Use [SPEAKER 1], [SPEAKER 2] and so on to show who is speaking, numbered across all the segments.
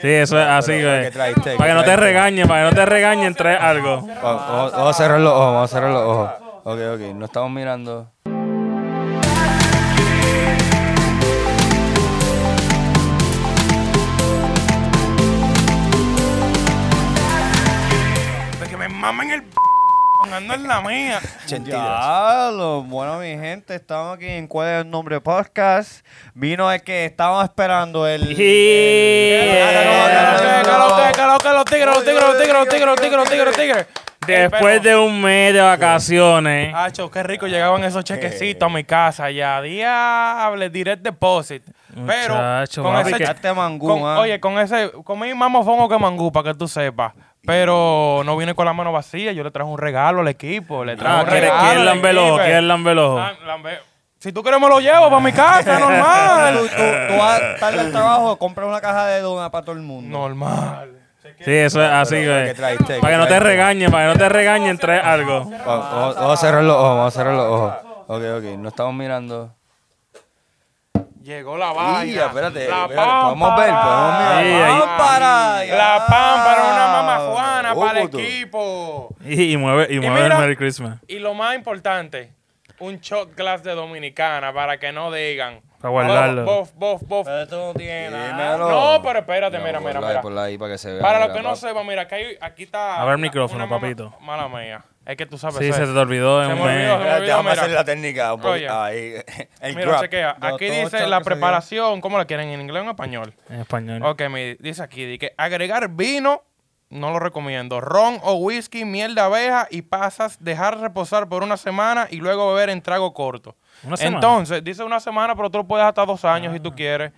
[SPEAKER 1] Sí, eso es así,
[SPEAKER 2] Pero,
[SPEAKER 1] güey.
[SPEAKER 2] ¿qué trajiste?
[SPEAKER 1] Para que no
[SPEAKER 2] ¿Qué
[SPEAKER 1] te
[SPEAKER 2] trajiste?
[SPEAKER 1] regañen, para que no te regañen, trae algo.
[SPEAKER 2] Va-
[SPEAKER 3] Ah,
[SPEAKER 2] Vamos, vamos a cerrar los ojos, vamos a cerrar los ojos. Ok, ok, no estamos mirando.
[SPEAKER 4] De que me mamen el p***, ando en la mía.
[SPEAKER 3] Diablo, bueno mi gente, estamos aquí en ¿Cuál es el nombre podcast? Vino el que estábamos esperando, el...
[SPEAKER 1] Eh, Después de un mes de vacaciones,
[SPEAKER 4] Hacho, qué rico llegaban esos chequecitos a mi casa ya. Diable, direct deposit. Pero
[SPEAKER 1] Muchacho,
[SPEAKER 4] con
[SPEAKER 1] papi,
[SPEAKER 4] ese
[SPEAKER 1] que-
[SPEAKER 3] Este mangú,
[SPEAKER 4] con-
[SPEAKER 3] man.
[SPEAKER 4] Oye, con ese comí más mofongo que mangú, para que tú sepas. Pero no vine con la mano vacía, yo le traje un regalo al equipo, le traje
[SPEAKER 1] ah,
[SPEAKER 4] un
[SPEAKER 1] ¿quieres
[SPEAKER 4] regalo.
[SPEAKER 1] quiere
[SPEAKER 4] al
[SPEAKER 1] lambelojo?
[SPEAKER 4] equipo.
[SPEAKER 1] ¿Quieres lambelojo?
[SPEAKER 4] Ah, lambe- Si tú quieres me lo llevo para mi casa,
[SPEAKER 3] Tú,
[SPEAKER 4] normal.
[SPEAKER 3] tú, tú vas tarde al trabajo, compras una caja de dona para todo el mundo.
[SPEAKER 4] normal.
[SPEAKER 1] Sí, eso es así,
[SPEAKER 2] Pero,
[SPEAKER 1] güey.
[SPEAKER 2] ¿qué trajiste?
[SPEAKER 1] Para que no te
[SPEAKER 2] ¿Qué trajiste?
[SPEAKER 1] regañen, para que no te regañen, trae algo.
[SPEAKER 2] Va- Vamos, vamos a cerrar los ojos, vamos a cerrar los ojos. Ok, ok, no estamos mirando.
[SPEAKER 4] Llegó la
[SPEAKER 2] Iya,
[SPEAKER 4] valla.
[SPEAKER 2] espérate,
[SPEAKER 4] La
[SPEAKER 2] espérate, podemos ver, podemos mirar.
[SPEAKER 1] Sí, ahí-
[SPEAKER 3] ¡Pámpara!
[SPEAKER 4] La pámpara, una mamajuana
[SPEAKER 2] Ah,
[SPEAKER 4] para el
[SPEAKER 2] puto.
[SPEAKER 4] equipo.
[SPEAKER 1] Y, y mueve, y mueve el
[SPEAKER 4] mira-
[SPEAKER 1] Merry Christmas.
[SPEAKER 4] Y lo más importante, un shot glass de Dominicana para que no digan.
[SPEAKER 1] Para guardarlo.
[SPEAKER 4] Bof, bof, bof. Ah,
[SPEAKER 3] Pero esto no tiene nada.
[SPEAKER 2] Dímelo.
[SPEAKER 4] No, pero espérate, mira,
[SPEAKER 2] Ponla
[SPEAKER 4] mira,
[SPEAKER 2] ahí,
[SPEAKER 4] mira.
[SPEAKER 2] ponla ahí para que se vea.
[SPEAKER 4] Para los
[SPEAKER 2] mira,
[SPEAKER 4] que
[SPEAKER 2] pa-
[SPEAKER 4] no sepan, mira, aquí, hay- aquí está.
[SPEAKER 1] Abre el
[SPEAKER 4] una-
[SPEAKER 1] micrófono,
[SPEAKER 4] una mama-
[SPEAKER 1] papito.
[SPEAKER 4] Mala mía. Es que tú sabes.
[SPEAKER 1] Sí,
[SPEAKER 4] eso
[SPEAKER 1] se
[SPEAKER 4] es.
[SPEAKER 1] te olvidó en
[SPEAKER 4] Se me
[SPEAKER 1] un mes.
[SPEAKER 4] olvidó, se me
[SPEAKER 2] Mira,
[SPEAKER 4] olvidó.
[SPEAKER 2] Déjame hacer
[SPEAKER 4] Mira,
[SPEAKER 2] la técnica un
[SPEAKER 4] Oye.
[SPEAKER 2] poquito. Ahí, el
[SPEAKER 4] Mira,
[SPEAKER 2] grab.
[SPEAKER 4] chequea.
[SPEAKER 3] Dos,
[SPEAKER 4] Aquí
[SPEAKER 3] dos,
[SPEAKER 4] dice
[SPEAKER 3] chao,
[SPEAKER 4] la
[SPEAKER 3] que se dio.
[SPEAKER 4] preparación. ¿Cómo la quieren? ¿En inglés o en español?
[SPEAKER 1] En español.
[SPEAKER 4] Ok, me dice aquí di que agregar vino, no lo recomiendo. Ron o whisky, miel de abeja y pasas, dejar reposar por una semana y luego beber en trago corto.
[SPEAKER 1] ¿Una semana? Ah.
[SPEAKER 4] Entonces, dice una semana, pero tú lo puedes hasta dos años si tú quieres.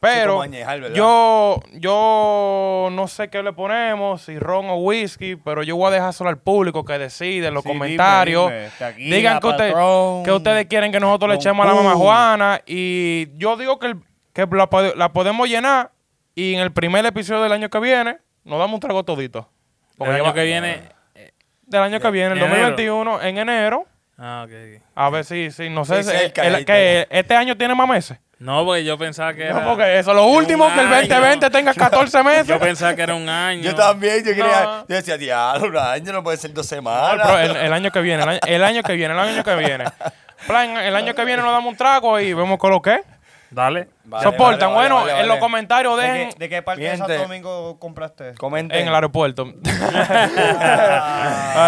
[SPEAKER 4] Pero
[SPEAKER 2] como añejar, ¿verdad?
[SPEAKER 4] yo, yo no sé qué le ponemos, si ron o whisky, pero yo voy a dejar solo al público que decide en los
[SPEAKER 3] Sí,
[SPEAKER 4] comentarios.
[SPEAKER 3] dime, dime. Tequila,
[SPEAKER 4] Digan que, usted-
[SPEAKER 3] patrón,
[SPEAKER 4] que ustedes quieren que nosotros le
[SPEAKER 3] Don
[SPEAKER 4] echemos a la mamá
[SPEAKER 3] Q.
[SPEAKER 4] Juana. Y yo digo que, el- que la, pode- la podemos llenar y en el primer episodio del año que viene nos damos un trago todito.
[SPEAKER 1] El
[SPEAKER 4] Porque
[SPEAKER 1] año
[SPEAKER 4] lleva-
[SPEAKER 1] que viene.
[SPEAKER 4] Del año que viene, el
[SPEAKER 1] enero.
[SPEAKER 4] 2021, en enero.
[SPEAKER 1] Ah, ok. ok.
[SPEAKER 4] A ver si, si no sé,
[SPEAKER 2] Sí,
[SPEAKER 4] si-
[SPEAKER 2] cerca,
[SPEAKER 4] el-
[SPEAKER 2] ahí
[SPEAKER 4] que este año tiene más meses.
[SPEAKER 1] No, porque yo pensaba que
[SPEAKER 4] No,
[SPEAKER 1] era.
[SPEAKER 4] porque eso es lo último,
[SPEAKER 1] un
[SPEAKER 4] que el 2020 tenga 14 meses.
[SPEAKER 1] Yo pensaba que era un año.
[SPEAKER 2] Yo también, yo quería.
[SPEAKER 4] No.
[SPEAKER 2] Yo decía, diablo, un año no puede ser dos
[SPEAKER 4] No, el,
[SPEAKER 2] semanas.
[SPEAKER 4] pro- el- el año que viene, el año, el año que viene, el año que viene. Plan, el año que viene nos damos un trago y vemos con lo que.
[SPEAKER 1] Dale.
[SPEAKER 2] Vale,
[SPEAKER 4] Soportan.
[SPEAKER 2] vale,
[SPEAKER 4] bueno,
[SPEAKER 2] vale, vale,
[SPEAKER 4] en los
[SPEAKER 2] vale.
[SPEAKER 4] comentarios
[SPEAKER 3] ¿De
[SPEAKER 4] dejen
[SPEAKER 3] qué, de qué parte de
[SPEAKER 2] Miente.
[SPEAKER 3] Santo Domingo compraste?
[SPEAKER 2] Comenten.
[SPEAKER 4] en el aeropuerto.
[SPEAKER 2] Pero es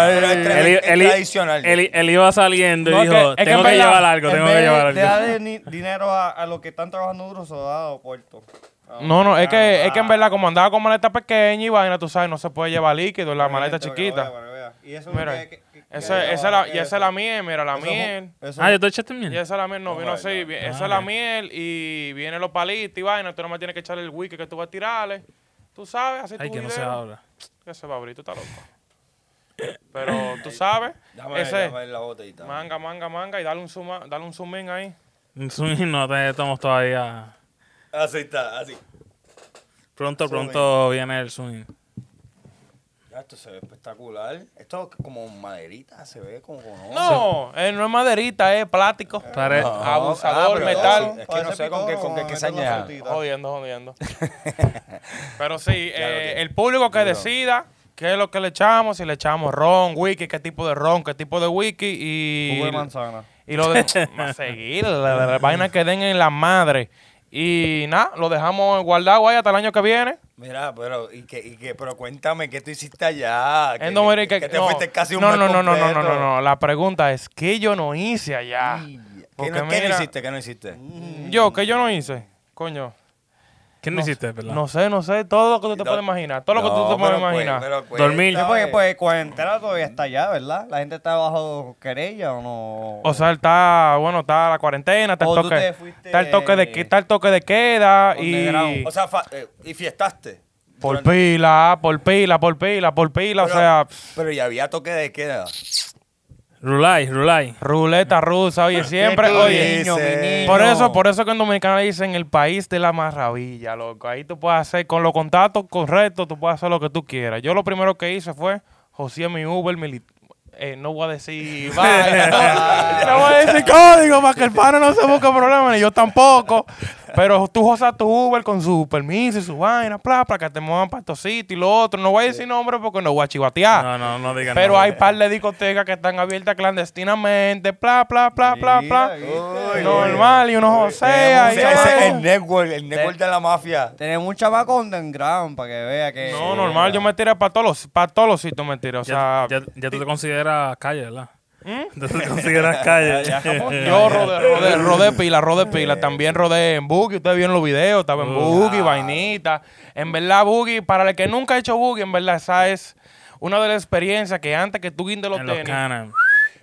[SPEAKER 1] Él,
[SPEAKER 2] tradi- es
[SPEAKER 1] él-
[SPEAKER 2] tradicional.
[SPEAKER 1] él- él iba saliendo
[SPEAKER 4] No,
[SPEAKER 1] y
[SPEAKER 4] es
[SPEAKER 1] dijo:
[SPEAKER 4] que- es que
[SPEAKER 1] Tengo
[SPEAKER 4] en
[SPEAKER 1] que,
[SPEAKER 4] verdad,
[SPEAKER 1] llevar algo, tengo que llevar
[SPEAKER 3] de
[SPEAKER 1] algo.
[SPEAKER 3] darle ni- dinero a, a los que están trabajando duro, se lo da a los puertos.
[SPEAKER 2] Oh
[SPEAKER 4] no, no, es que, es que en verdad, como andaba con maleta pequeña y vaina, tú sabes, no se puede llevar líquido en la maleta
[SPEAKER 3] Gente,
[SPEAKER 4] chiquita.
[SPEAKER 3] para que vea, para que vea. Y eso es lo
[SPEAKER 4] Mira,
[SPEAKER 3] que- que- que-
[SPEAKER 4] esa,
[SPEAKER 3] que-
[SPEAKER 4] esa es la,
[SPEAKER 3] que-
[SPEAKER 4] y esa es la miel, mira, la
[SPEAKER 3] eso es un-
[SPEAKER 4] miel.
[SPEAKER 3] eso es
[SPEAKER 1] Ah, yo te echaste
[SPEAKER 4] Y
[SPEAKER 1] miel.
[SPEAKER 4] esa es la miel,
[SPEAKER 2] Oh
[SPEAKER 4] no, vino así. vi- Esa es la miel y viene los palitos y vaina. Tú nomás tienes que echarle el wiki que tú vas a tirarle. Tú sabes, así
[SPEAKER 1] Ay,
[SPEAKER 4] tu
[SPEAKER 1] que no se
[SPEAKER 4] video.
[SPEAKER 1] habla.
[SPEAKER 4] Que se va a abrir, tú estás loco. Pero tú sabes,
[SPEAKER 2] Dame,
[SPEAKER 4] ese
[SPEAKER 2] dame la botellita.
[SPEAKER 4] manga, manga, manga y dale un zoom, a- dale un zoom in ahí.
[SPEAKER 1] Sí, No te- estamos todavía.
[SPEAKER 2] Así está, así.
[SPEAKER 1] Pronto, pronto viene el swing.
[SPEAKER 2] Ya, esto se ve espectacular. Esto es como maderita, se ve como con
[SPEAKER 4] No, eh, no es maderita, es plástico.
[SPEAKER 1] Pare-
[SPEAKER 4] Abusador,
[SPEAKER 2] Eh, Ah, pero
[SPEAKER 4] metal.
[SPEAKER 2] Es que no sé con qué, con qué, qué se añeja.
[SPEAKER 4] Jodiendo, jodiendo. Pero sí, eh, el público que decida qué es lo que le echamos, si le echamos ron, wiki, qué tipo de ron, qué tipo de wiki y...
[SPEAKER 3] Jugo de manzana.
[SPEAKER 4] Y lo de... más seguir, la, la- la vaina que den en la madre. Y nada, lo dejamos guardado ahí hasta el año que viene.
[SPEAKER 2] Mira, pero, y que, y que, pero cuéntame, ¿qué tú hiciste allá?
[SPEAKER 4] En
[SPEAKER 2] Que-
[SPEAKER 4] Dominica-
[SPEAKER 2] que te
[SPEAKER 4] no.
[SPEAKER 2] fuiste casi un
[SPEAKER 4] no,
[SPEAKER 2] mes
[SPEAKER 4] no, no, no, no, no,
[SPEAKER 2] completo.
[SPEAKER 4] no, no. La pregunta es, ¿qué yo no hice allá?
[SPEAKER 2] Y- ¿Qué
[SPEAKER 4] Porque
[SPEAKER 2] no, qué no
[SPEAKER 4] mira,
[SPEAKER 2] hiciste? ¿Qué no hiciste?
[SPEAKER 4] Yo, ¿qué yo no hice? Coño.
[SPEAKER 1] ¿Qué no, hiciste, verdad?
[SPEAKER 4] No sé, no sé. Todo lo que tú te puedes imaginar. Todo lo que tú
[SPEAKER 2] No, pues,
[SPEAKER 4] te puedes
[SPEAKER 2] pero cuen-
[SPEAKER 4] imaginar.
[SPEAKER 2] pero cuenta,
[SPEAKER 1] Dormir.
[SPEAKER 3] Sí, porque
[SPEAKER 2] eh.
[SPEAKER 3] pues cuarentena todavía está allá, ¿verdad? La gente está bajo querella o no.
[SPEAKER 4] O sea, está, bueno, está la cuarentena, está el
[SPEAKER 3] O Oh, tú
[SPEAKER 4] toque,
[SPEAKER 3] te fuiste-
[SPEAKER 4] está el toque de que- está el toque de queda y
[SPEAKER 3] Underground.
[SPEAKER 2] O sea, fa- eh, y fiestaste.
[SPEAKER 4] por
[SPEAKER 2] Durante-
[SPEAKER 4] pila, por pila, por pila, por pila, o
[SPEAKER 2] Pero-
[SPEAKER 4] sea,
[SPEAKER 2] Pero ya había toque de queda.
[SPEAKER 1] Rulay, Rulay.
[SPEAKER 4] ruleta rusa, oye, siempre,
[SPEAKER 2] tú
[SPEAKER 4] oye.
[SPEAKER 2] dices?
[SPEAKER 4] Por eso, por eso que en Dominicana le dicen el país de la maravilla, loco. Ahí tú puedes hacer, con los contactos correctos, tú puedes hacer lo que tú quieras. Yo lo primero que hice fue, José mi Uber mili- eh, no voy a decir vaina, no, no voy a decir código para que el pana no se busque problemas, ni yo tampoco. Pero tú usas tu Uber con su permiso y su vaina, bla, para que te muevan para estos sitios y lo otro. No voy a decir nombre porque no voy a chivatear.
[SPEAKER 1] No, no, no digan
[SPEAKER 4] Pero
[SPEAKER 1] nada.
[SPEAKER 4] hay par de discotecas que están abiertas clandestinamente, bla, bla, bla, bla, bla.
[SPEAKER 3] Mira,
[SPEAKER 4] Normal, y unos
[SPEAKER 3] Tenemos
[SPEAKER 4] Josea y
[SPEAKER 3] un salseo
[SPEAKER 4] eso.
[SPEAKER 2] el network, el network de la mafia.
[SPEAKER 3] Tenemos un chamaco underground para que vea que.
[SPEAKER 4] No, normal, yo me tiré para todos los, para todos los sitios, me tiré. O sea,
[SPEAKER 1] Ya, ya, ya tú te consideras calle, ¿verdad? Ya tú te consideras calle.
[SPEAKER 4] yo rodé, rodé, rodé pila, rodé pila. También rodé en Boogie, ustedes vieron los videos, estaba en Boogie, vainita. En verdad, Boogie, para el que nunca ha hecho Boogie, en verdad, esa es una de las experiencias que antes que tú guindes los
[SPEAKER 1] en los
[SPEAKER 4] tenis,
[SPEAKER 1] canas.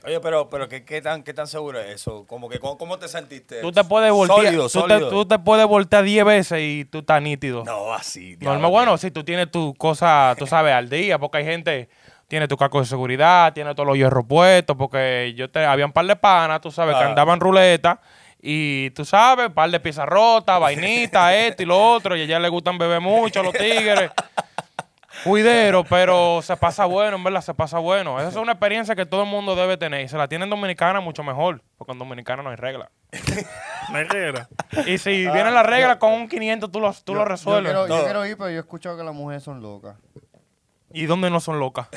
[SPEAKER 2] Oye, pero, pero ¿qué, qué, tan, ¿qué tan seguro es eso? Como que, ¿cómo, cómo te sentiste?
[SPEAKER 4] tú te puedes voltear,
[SPEAKER 2] Sólido,
[SPEAKER 4] tú, te,
[SPEAKER 2] sólido.
[SPEAKER 4] tú te puedes voltear 10 veces y tú estás nítido.
[SPEAKER 2] No, así.
[SPEAKER 4] Normal, bueno, si tú tienes tu cosa, tú sabes, al día, porque hay gente, tiene tu casco de seguridad, tiene todos los hierros puestos, porque yo te, había un par de panas, tú sabes, que
[SPEAKER 2] Ah.
[SPEAKER 4] andaban ruleta, y tú sabes, un par de piezas rotas, vainitas, esto y lo otro, y a ella le gustan beber mucho los tigres. Cuidero, pero se pasa bueno, en verdad, se pasa bueno. Esa es una experiencia que todo el mundo debe tener. Y se la tiene en Dominicana mucho mejor, porque en Dominicana no hay regla.
[SPEAKER 1] Me quiero.
[SPEAKER 4] Y si viene la regla con un 500, tú lo, tú lo
[SPEAKER 3] Ah, Yo
[SPEAKER 4] resuelves.
[SPEAKER 3] quiero, yo
[SPEAKER 2] No.
[SPEAKER 3] quiero ir, pero yo he escuchado que las mujeres son locas.
[SPEAKER 4] ¿Y dónde no son locas?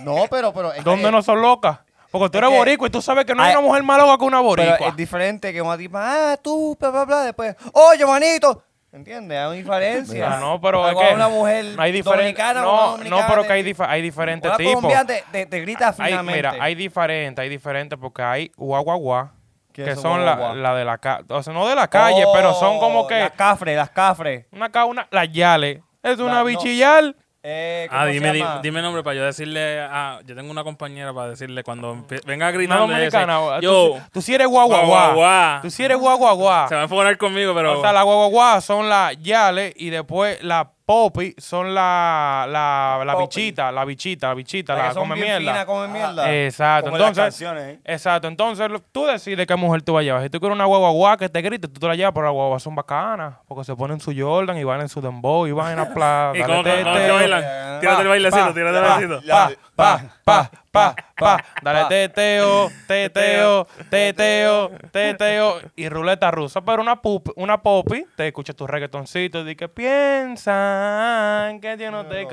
[SPEAKER 3] No, pero, pero. es
[SPEAKER 4] ¿Dónde
[SPEAKER 3] que-
[SPEAKER 4] no son locas? Porque tú eres
[SPEAKER 3] Eh, que-
[SPEAKER 4] boricua y tú sabes que no hay
[SPEAKER 3] Ay,
[SPEAKER 4] una mujer más loca que una
[SPEAKER 3] Pero
[SPEAKER 4] boricua.
[SPEAKER 3] es diferente que una tipa, ah, tú, bla, bla, bla, después, oye, manito. ¿Entiendes? Hay una diferencia.
[SPEAKER 4] Ah, no, pero
[SPEAKER 3] Hay
[SPEAKER 4] es que
[SPEAKER 3] una mujer
[SPEAKER 4] no hay diferen-
[SPEAKER 3] dominicana, una
[SPEAKER 4] no,
[SPEAKER 3] dominicana
[SPEAKER 4] no, pero que
[SPEAKER 3] te-
[SPEAKER 4] hay, difa- hay diferentes
[SPEAKER 3] una
[SPEAKER 4] tipos.
[SPEAKER 3] colombiana te, te, te grita
[SPEAKER 4] Hay-
[SPEAKER 3] finalmente.
[SPEAKER 4] mira, hay diferentes, hay diferentes porque hay guaguaguá
[SPEAKER 3] ¿Qué
[SPEAKER 4] que
[SPEAKER 3] son
[SPEAKER 4] son la,
[SPEAKER 3] guaguaguá?
[SPEAKER 4] la de la calle, o sea, no de la calle,
[SPEAKER 3] Oh,
[SPEAKER 4] pero son como que
[SPEAKER 3] Las cafres, las cafres.
[SPEAKER 4] una ca- una las yales. Es una
[SPEAKER 3] no.
[SPEAKER 4] bichillal.
[SPEAKER 3] Eh, ¿cómo
[SPEAKER 1] Ah,
[SPEAKER 3] se
[SPEAKER 1] dime, di-
[SPEAKER 3] llama?
[SPEAKER 1] dime nombre para yo decirle. Ah, yo tengo una compañera para decirle cuando empie- venga gritando.
[SPEAKER 4] una
[SPEAKER 1] yo decir,
[SPEAKER 4] dominicana. ah, tú
[SPEAKER 1] yo,
[SPEAKER 4] sí- Tú sí eres guaguaguá.
[SPEAKER 1] Guaguaguá.
[SPEAKER 4] Tú sí eres guaguaguá.
[SPEAKER 1] se va a enfocar conmigo, pero.
[SPEAKER 4] O sea, la guaguaguá son las yales y después la popi son la, la, la
[SPEAKER 3] Popi.
[SPEAKER 4] bichita, la bichita, la bichita,
[SPEAKER 3] Las
[SPEAKER 4] la,
[SPEAKER 3] que son
[SPEAKER 4] Ah, come
[SPEAKER 3] bien
[SPEAKER 4] mierda. eh,
[SPEAKER 3] finas, comen mierda.
[SPEAKER 4] Exacto.
[SPEAKER 2] Como en las
[SPEAKER 4] Entonces,
[SPEAKER 2] canciones, ¿eh?
[SPEAKER 4] exacto. Entonces, lo- tú decides qué mujer tú vas a llevar. Si tú quieres una guaguaguá que te grite, tú te la llevas, pero las guaguaguas son bacanas. Porque se ponen su Jordan y van en su dembow y van en la plaza.
[SPEAKER 1] ¿Y cómo, cómo- cómo que bailan? Tírate el
[SPEAKER 4] Pa,
[SPEAKER 1] bailecito, tírate el
[SPEAKER 4] pa,
[SPEAKER 1] bailecito.
[SPEAKER 4] Pa, pa, pa, pa, pa. Dale teteo, teteo, teteo, teteo. Y ruleta rusa. Pero una, pup- una popi te escucha tu reggaetoncito y que piensan que yo no te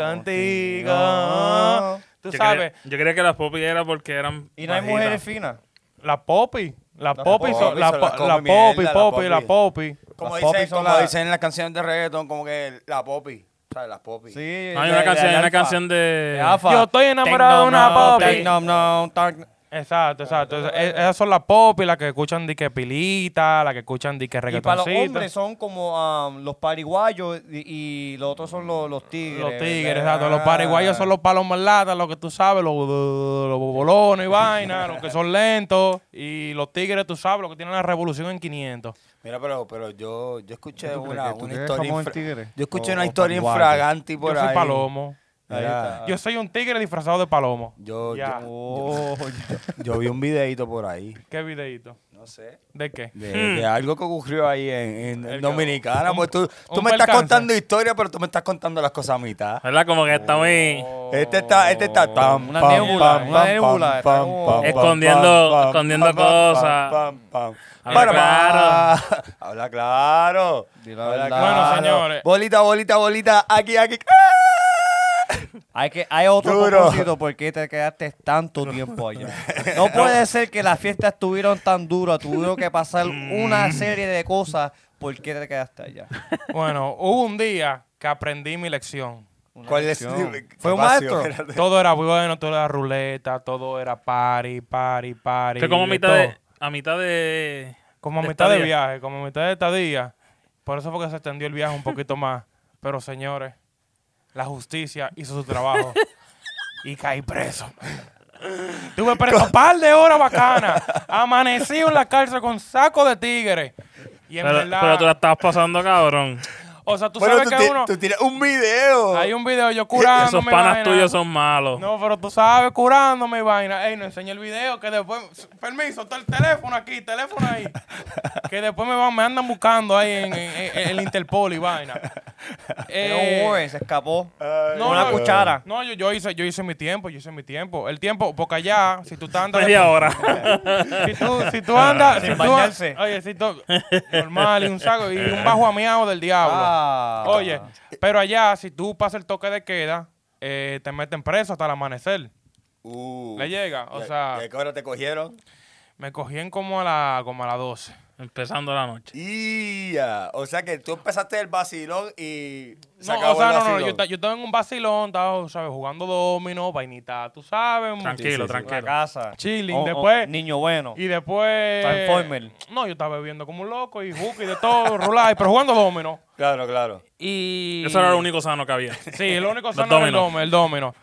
[SPEAKER 4] contigo. Tú
[SPEAKER 1] Yo
[SPEAKER 4] sabes,
[SPEAKER 1] Quería, yo creía que las popis era porque eran.
[SPEAKER 3] Y no hay
[SPEAKER 1] bajitas.
[SPEAKER 3] mujeres finas.
[SPEAKER 4] la popi. La popi,
[SPEAKER 2] popis
[SPEAKER 4] son- la,
[SPEAKER 2] son
[SPEAKER 4] po-
[SPEAKER 2] las come
[SPEAKER 4] la
[SPEAKER 2] mierda,
[SPEAKER 4] popi,
[SPEAKER 2] la
[SPEAKER 4] popi, la
[SPEAKER 2] popi.
[SPEAKER 4] popi.
[SPEAKER 2] Como,
[SPEAKER 3] Las
[SPEAKER 2] dicen,
[SPEAKER 3] popis son
[SPEAKER 2] como
[SPEAKER 3] las-
[SPEAKER 2] dicen en las canciones de reggaeton, como que la popi. ¿Sabes? Las popis.
[SPEAKER 3] Sí. eh,
[SPEAKER 1] No, hay una canción, hay una canción de.
[SPEAKER 4] Yo estoy enamorado de una popi.
[SPEAKER 3] No, no,
[SPEAKER 4] Exacto, exacto. Es- Esas son las popi, las que escuchan di que pilita, las que escuchan di que
[SPEAKER 3] Y para los
[SPEAKER 4] reggaetoncito.
[SPEAKER 3] hombres son como um, los pariguayos y, y los otros son los, los tigres.
[SPEAKER 4] Los tigres,
[SPEAKER 3] ¿verdad?
[SPEAKER 4] exacto. Los paraguayos son los palos más latas, lo que tú sabes, los, los bobolones y vaina, los que son lentos. Y los tigres, tú sabes, los que tienen la revolución en 500.
[SPEAKER 2] Mira, pero, pero yo, yo escuché
[SPEAKER 3] ¿Tú crees
[SPEAKER 2] una,
[SPEAKER 3] que tú
[SPEAKER 2] una
[SPEAKER 3] crees
[SPEAKER 2] historia.
[SPEAKER 3] jamón
[SPEAKER 2] infra-
[SPEAKER 3] tigre?
[SPEAKER 2] Yo escuché una
[SPEAKER 3] O- o
[SPEAKER 2] historia
[SPEAKER 3] paraguayo.
[SPEAKER 2] infraganti por
[SPEAKER 4] Yo
[SPEAKER 2] ahí. Ah.
[SPEAKER 4] soy palomo.
[SPEAKER 2] Ahí
[SPEAKER 3] Mira.
[SPEAKER 2] está.
[SPEAKER 4] Yo soy un tigre disfrazado de palomo.
[SPEAKER 2] Yo,
[SPEAKER 4] Ya.
[SPEAKER 2] yo,
[SPEAKER 3] Oh, ya.
[SPEAKER 2] yo vi un videito por ahí.
[SPEAKER 4] ¿Qué videito?
[SPEAKER 2] No sé.
[SPEAKER 4] ¿De qué?
[SPEAKER 2] De, de algo que ocurrió ahí en, en- en
[SPEAKER 4] El que-
[SPEAKER 2] Dominicana.
[SPEAKER 4] un-
[SPEAKER 2] pues tú, tú
[SPEAKER 4] un
[SPEAKER 2] me estás
[SPEAKER 4] percance.
[SPEAKER 2] contando historia, pero tú me estás contando las cosas a mitad.
[SPEAKER 1] ¿Verdad? Como que está muy.
[SPEAKER 2] Este está, este está pam,
[SPEAKER 3] Una
[SPEAKER 2] pam,
[SPEAKER 3] nébula,
[SPEAKER 2] pam,
[SPEAKER 3] una
[SPEAKER 2] pam,
[SPEAKER 3] nébula,
[SPEAKER 2] pam,
[SPEAKER 3] está
[SPEAKER 2] pam,
[SPEAKER 3] como-
[SPEAKER 2] pam, pam,
[SPEAKER 1] Escondiendo-
[SPEAKER 2] pam, pam,
[SPEAKER 1] escondiendo
[SPEAKER 2] pam, pam,
[SPEAKER 1] cosas.
[SPEAKER 2] pam, pam, pam.
[SPEAKER 1] Habla
[SPEAKER 2] Para, para. Habla claro.
[SPEAKER 3] Di la
[SPEAKER 2] Habla
[SPEAKER 3] verdad.
[SPEAKER 4] Bueno, señores.
[SPEAKER 2] Bolita, bolita, bolita. Aquí, aquí.
[SPEAKER 3] Hay, que, hay otro
[SPEAKER 2] Duro.
[SPEAKER 3] propósito porque te quedaste tanto tiempo allá. No puede ser que las fiestas estuvieron tan duras, tuvieron que pasar una serie de cosas porque te quedaste allá.
[SPEAKER 4] Bueno, hubo un día que aprendí mi lección.
[SPEAKER 2] ¿Cuál es?
[SPEAKER 3] lección.
[SPEAKER 2] qué
[SPEAKER 3] Fue un
[SPEAKER 2] pasión,
[SPEAKER 3] maestro.
[SPEAKER 2] espérate.
[SPEAKER 4] Todo era bueno, todo era ruleta, todo era party, party, party.
[SPEAKER 1] Que como a
[SPEAKER 4] de
[SPEAKER 1] mitad
[SPEAKER 4] todo.
[SPEAKER 1] de. A mitad de.
[SPEAKER 4] Como a
[SPEAKER 1] de
[SPEAKER 4] mitad de
[SPEAKER 1] estadía.
[SPEAKER 4] viaje, como a mitad de estadía. Por eso fue que se extendió el viaje un poquito más. Pero señores, la justicia hizo su trabajo. y caí preso. Tuve preso un par de horas bacanas. Amanecí en la cárcel con saco de tigre. Y en
[SPEAKER 1] Pero,
[SPEAKER 4] verdad.
[SPEAKER 1] pero tú la estabas pasando, cabrón.
[SPEAKER 4] o sea, tú
[SPEAKER 2] Bueno,
[SPEAKER 4] sabes
[SPEAKER 2] tú,
[SPEAKER 4] que
[SPEAKER 2] ti-
[SPEAKER 4] uno.
[SPEAKER 2] tú tienes un video.
[SPEAKER 4] Hay un video yo curando.
[SPEAKER 1] Eh, Esos panas tuyos son malos.
[SPEAKER 4] No, pero tú sabes, curándome y vaina. Ey, no enseñé el video que después. Permiso, está el teléfono aquí, teléfono ahí. que después me van, me andan buscando ahí en, en- en- en el Interpol y vaina. Eh,
[SPEAKER 3] Era un Uber, se escapó.
[SPEAKER 4] no,
[SPEAKER 3] una
[SPEAKER 4] no,
[SPEAKER 3] cuchara.
[SPEAKER 4] No, yo, yo hice, yo hice mi tiempo, yo hice mi tiempo. El tiempo, porque allá, si tú estás andando.
[SPEAKER 1] Media hora.
[SPEAKER 4] Si tú, si tú andas.
[SPEAKER 3] Sin
[SPEAKER 4] si tú-
[SPEAKER 3] bañarse.
[SPEAKER 4] oye, si tú. Normal, y un saco, y un bajo ameado del diablo.
[SPEAKER 3] Ah.
[SPEAKER 4] Oye, pero allá, si tú pasas el toque de queda, eh, te meten preso hasta el amanecer.
[SPEAKER 2] Uh.
[SPEAKER 4] Le llega, o
[SPEAKER 2] ¿Y a-
[SPEAKER 4] sea-
[SPEAKER 2] ¿Y a qué hora te cogieron?
[SPEAKER 4] Me cogían como a la, como a las 12.
[SPEAKER 1] Empezando la noche.
[SPEAKER 2] Ya. O sea que tú empezaste el vacilón y se
[SPEAKER 4] No,
[SPEAKER 2] acabó
[SPEAKER 4] o sea,
[SPEAKER 2] el
[SPEAKER 4] no, no,
[SPEAKER 2] vacilón.
[SPEAKER 4] yo, esta- yo estaba en un vacilón, estaba, ¿sabes? Jugando domino, vainita, tú sabes.
[SPEAKER 1] Tranquilo,
[SPEAKER 2] sí, sí.
[SPEAKER 3] La
[SPEAKER 1] tranquilo.
[SPEAKER 3] casa.
[SPEAKER 4] Chilling,
[SPEAKER 3] O- o
[SPEAKER 4] después-
[SPEAKER 3] niño bueno.
[SPEAKER 4] Y después.
[SPEAKER 3] Transformer.
[SPEAKER 4] No, yo estaba bebiendo como un loco y hook y de todo, rulay, pero jugando domino.
[SPEAKER 2] Claro, claro.
[SPEAKER 4] Y.
[SPEAKER 1] Eso era lo único sano que había.
[SPEAKER 4] Sí, lo único
[SPEAKER 1] Los
[SPEAKER 4] sano era el
[SPEAKER 1] dominos.
[SPEAKER 4] domino, el domino.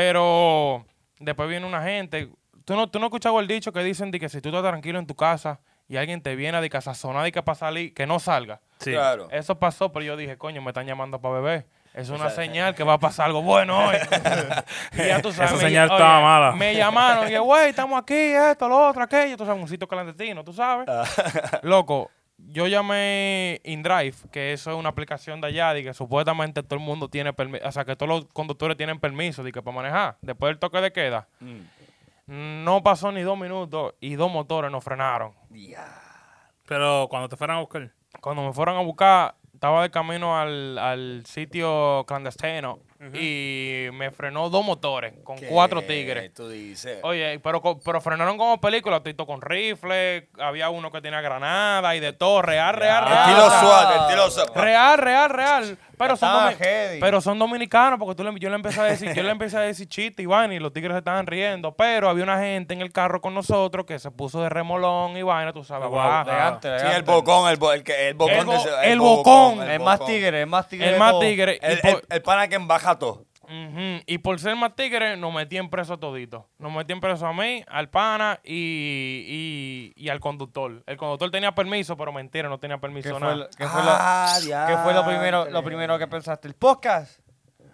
[SPEAKER 4] Pero después viene una gente. ¿Tú no, tú no has escuchado el dicho que dicen de que si tú estás tranquilo en tu casa y alguien te viene de que a sazonar y que para salir, que no salga?
[SPEAKER 1] Sí.
[SPEAKER 2] Claro.
[SPEAKER 4] Eso pasó, pero yo dije, coño, me están llamando para beber. Es una señal que va a pasar algo bueno hoy. y ya tú sabes.
[SPEAKER 1] Esa
[SPEAKER 4] me-
[SPEAKER 1] señal estaba mala.
[SPEAKER 4] Me llamaron y dije, güey, estamos aquí, esto, lo otro, aquello. Tú sabes, un sitio clandestino, tú sabes.
[SPEAKER 1] Ah.
[SPEAKER 4] Loco, yo llamé InDrive, que eso es una aplicación de allá, de que supuestamente todo el mundo tiene permiso, o sea, que todos los conductores tienen permiso de que para manejar. Después del toque de queda,
[SPEAKER 1] Mm.
[SPEAKER 4] no pasó ni dos minutos y dos motores nos frenaron.
[SPEAKER 1] Pero cuando te fueran a buscar.
[SPEAKER 4] cuando me fueron a buscar, estaba de camino al, al sitio clandestino y me frenó dos motores con
[SPEAKER 2] ¿Qué
[SPEAKER 4] cuatro tigres.
[SPEAKER 2] Tú dices.
[SPEAKER 4] Oye, pero, co- pero frenaron como película, tito con rifle, había uno que tenía granada y de todo, real, real, real.
[SPEAKER 2] estilo
[SPEAKER 4] O sea,
[SPEAKER 2] SWAT, estilo SWAT.
[SPEAKER 4] Real, real, real. Pero son,
[SPEAKER 3] Estaba
[SPEAKER 4] domi-
[SPEAKER 3] heavy.
[SPEAKER 4] pero son dominicanos, porque tú le- yo le empecé a decir, yo le empecé a decir chiste, Iván, y los tigres se estaban riendo. Pero había una gente en el carro con nosotros que se puso de remolón, Iván, tú sabes,
[SPEAKER 1] Ah, wow,
[SPEAKER 4] baja.
[SPEAKER 3] Elegante,
[SPEAKER 2] Sí,
[SPEAKER 3] elegante.
[SPEAKER 2] el bocón, el, bo- el, que- el bocón.
[SPEAKER 4] El bo-
[SPEAKER 2] de ese-
[SPEAKER 4] el bocón.
[SPEAKER 2] el
[SPEAKER 3] El más
[SPEAKER 2] bocón.
[SPEAKER 3] tigre, el más tigre.
[SPEAKER 4] el
[SPEAKER 3] de
[SPEAKER 4] más
[SPEAKER 3] todos.
[SPEAKER 4] tigre. y
[SPEAKER 2] El,
[SPEAKER 4] por-
[SPEAKER 2] el- el pana que embaja todo.
[SPEAKER 4] Ujú, Y por ser más tigre, nos metían preso a toditos. Nos metían preso a mí, al pana y, y, y al conductor. El conductor tenía permiso, pero mentira, no tenía
[SPEAKER 3] ¿Qué
[SPEAKER 4] permiso
[SPEAKER 3] fue,
[SPEAKER 4] nada.
[SPEAKER 3] lo- qué fue lo-
[SPEAKER 2] Ah,
[SPEAKER 3] qué fue lo, primero, lo primero que pensaste? ¿El podcast?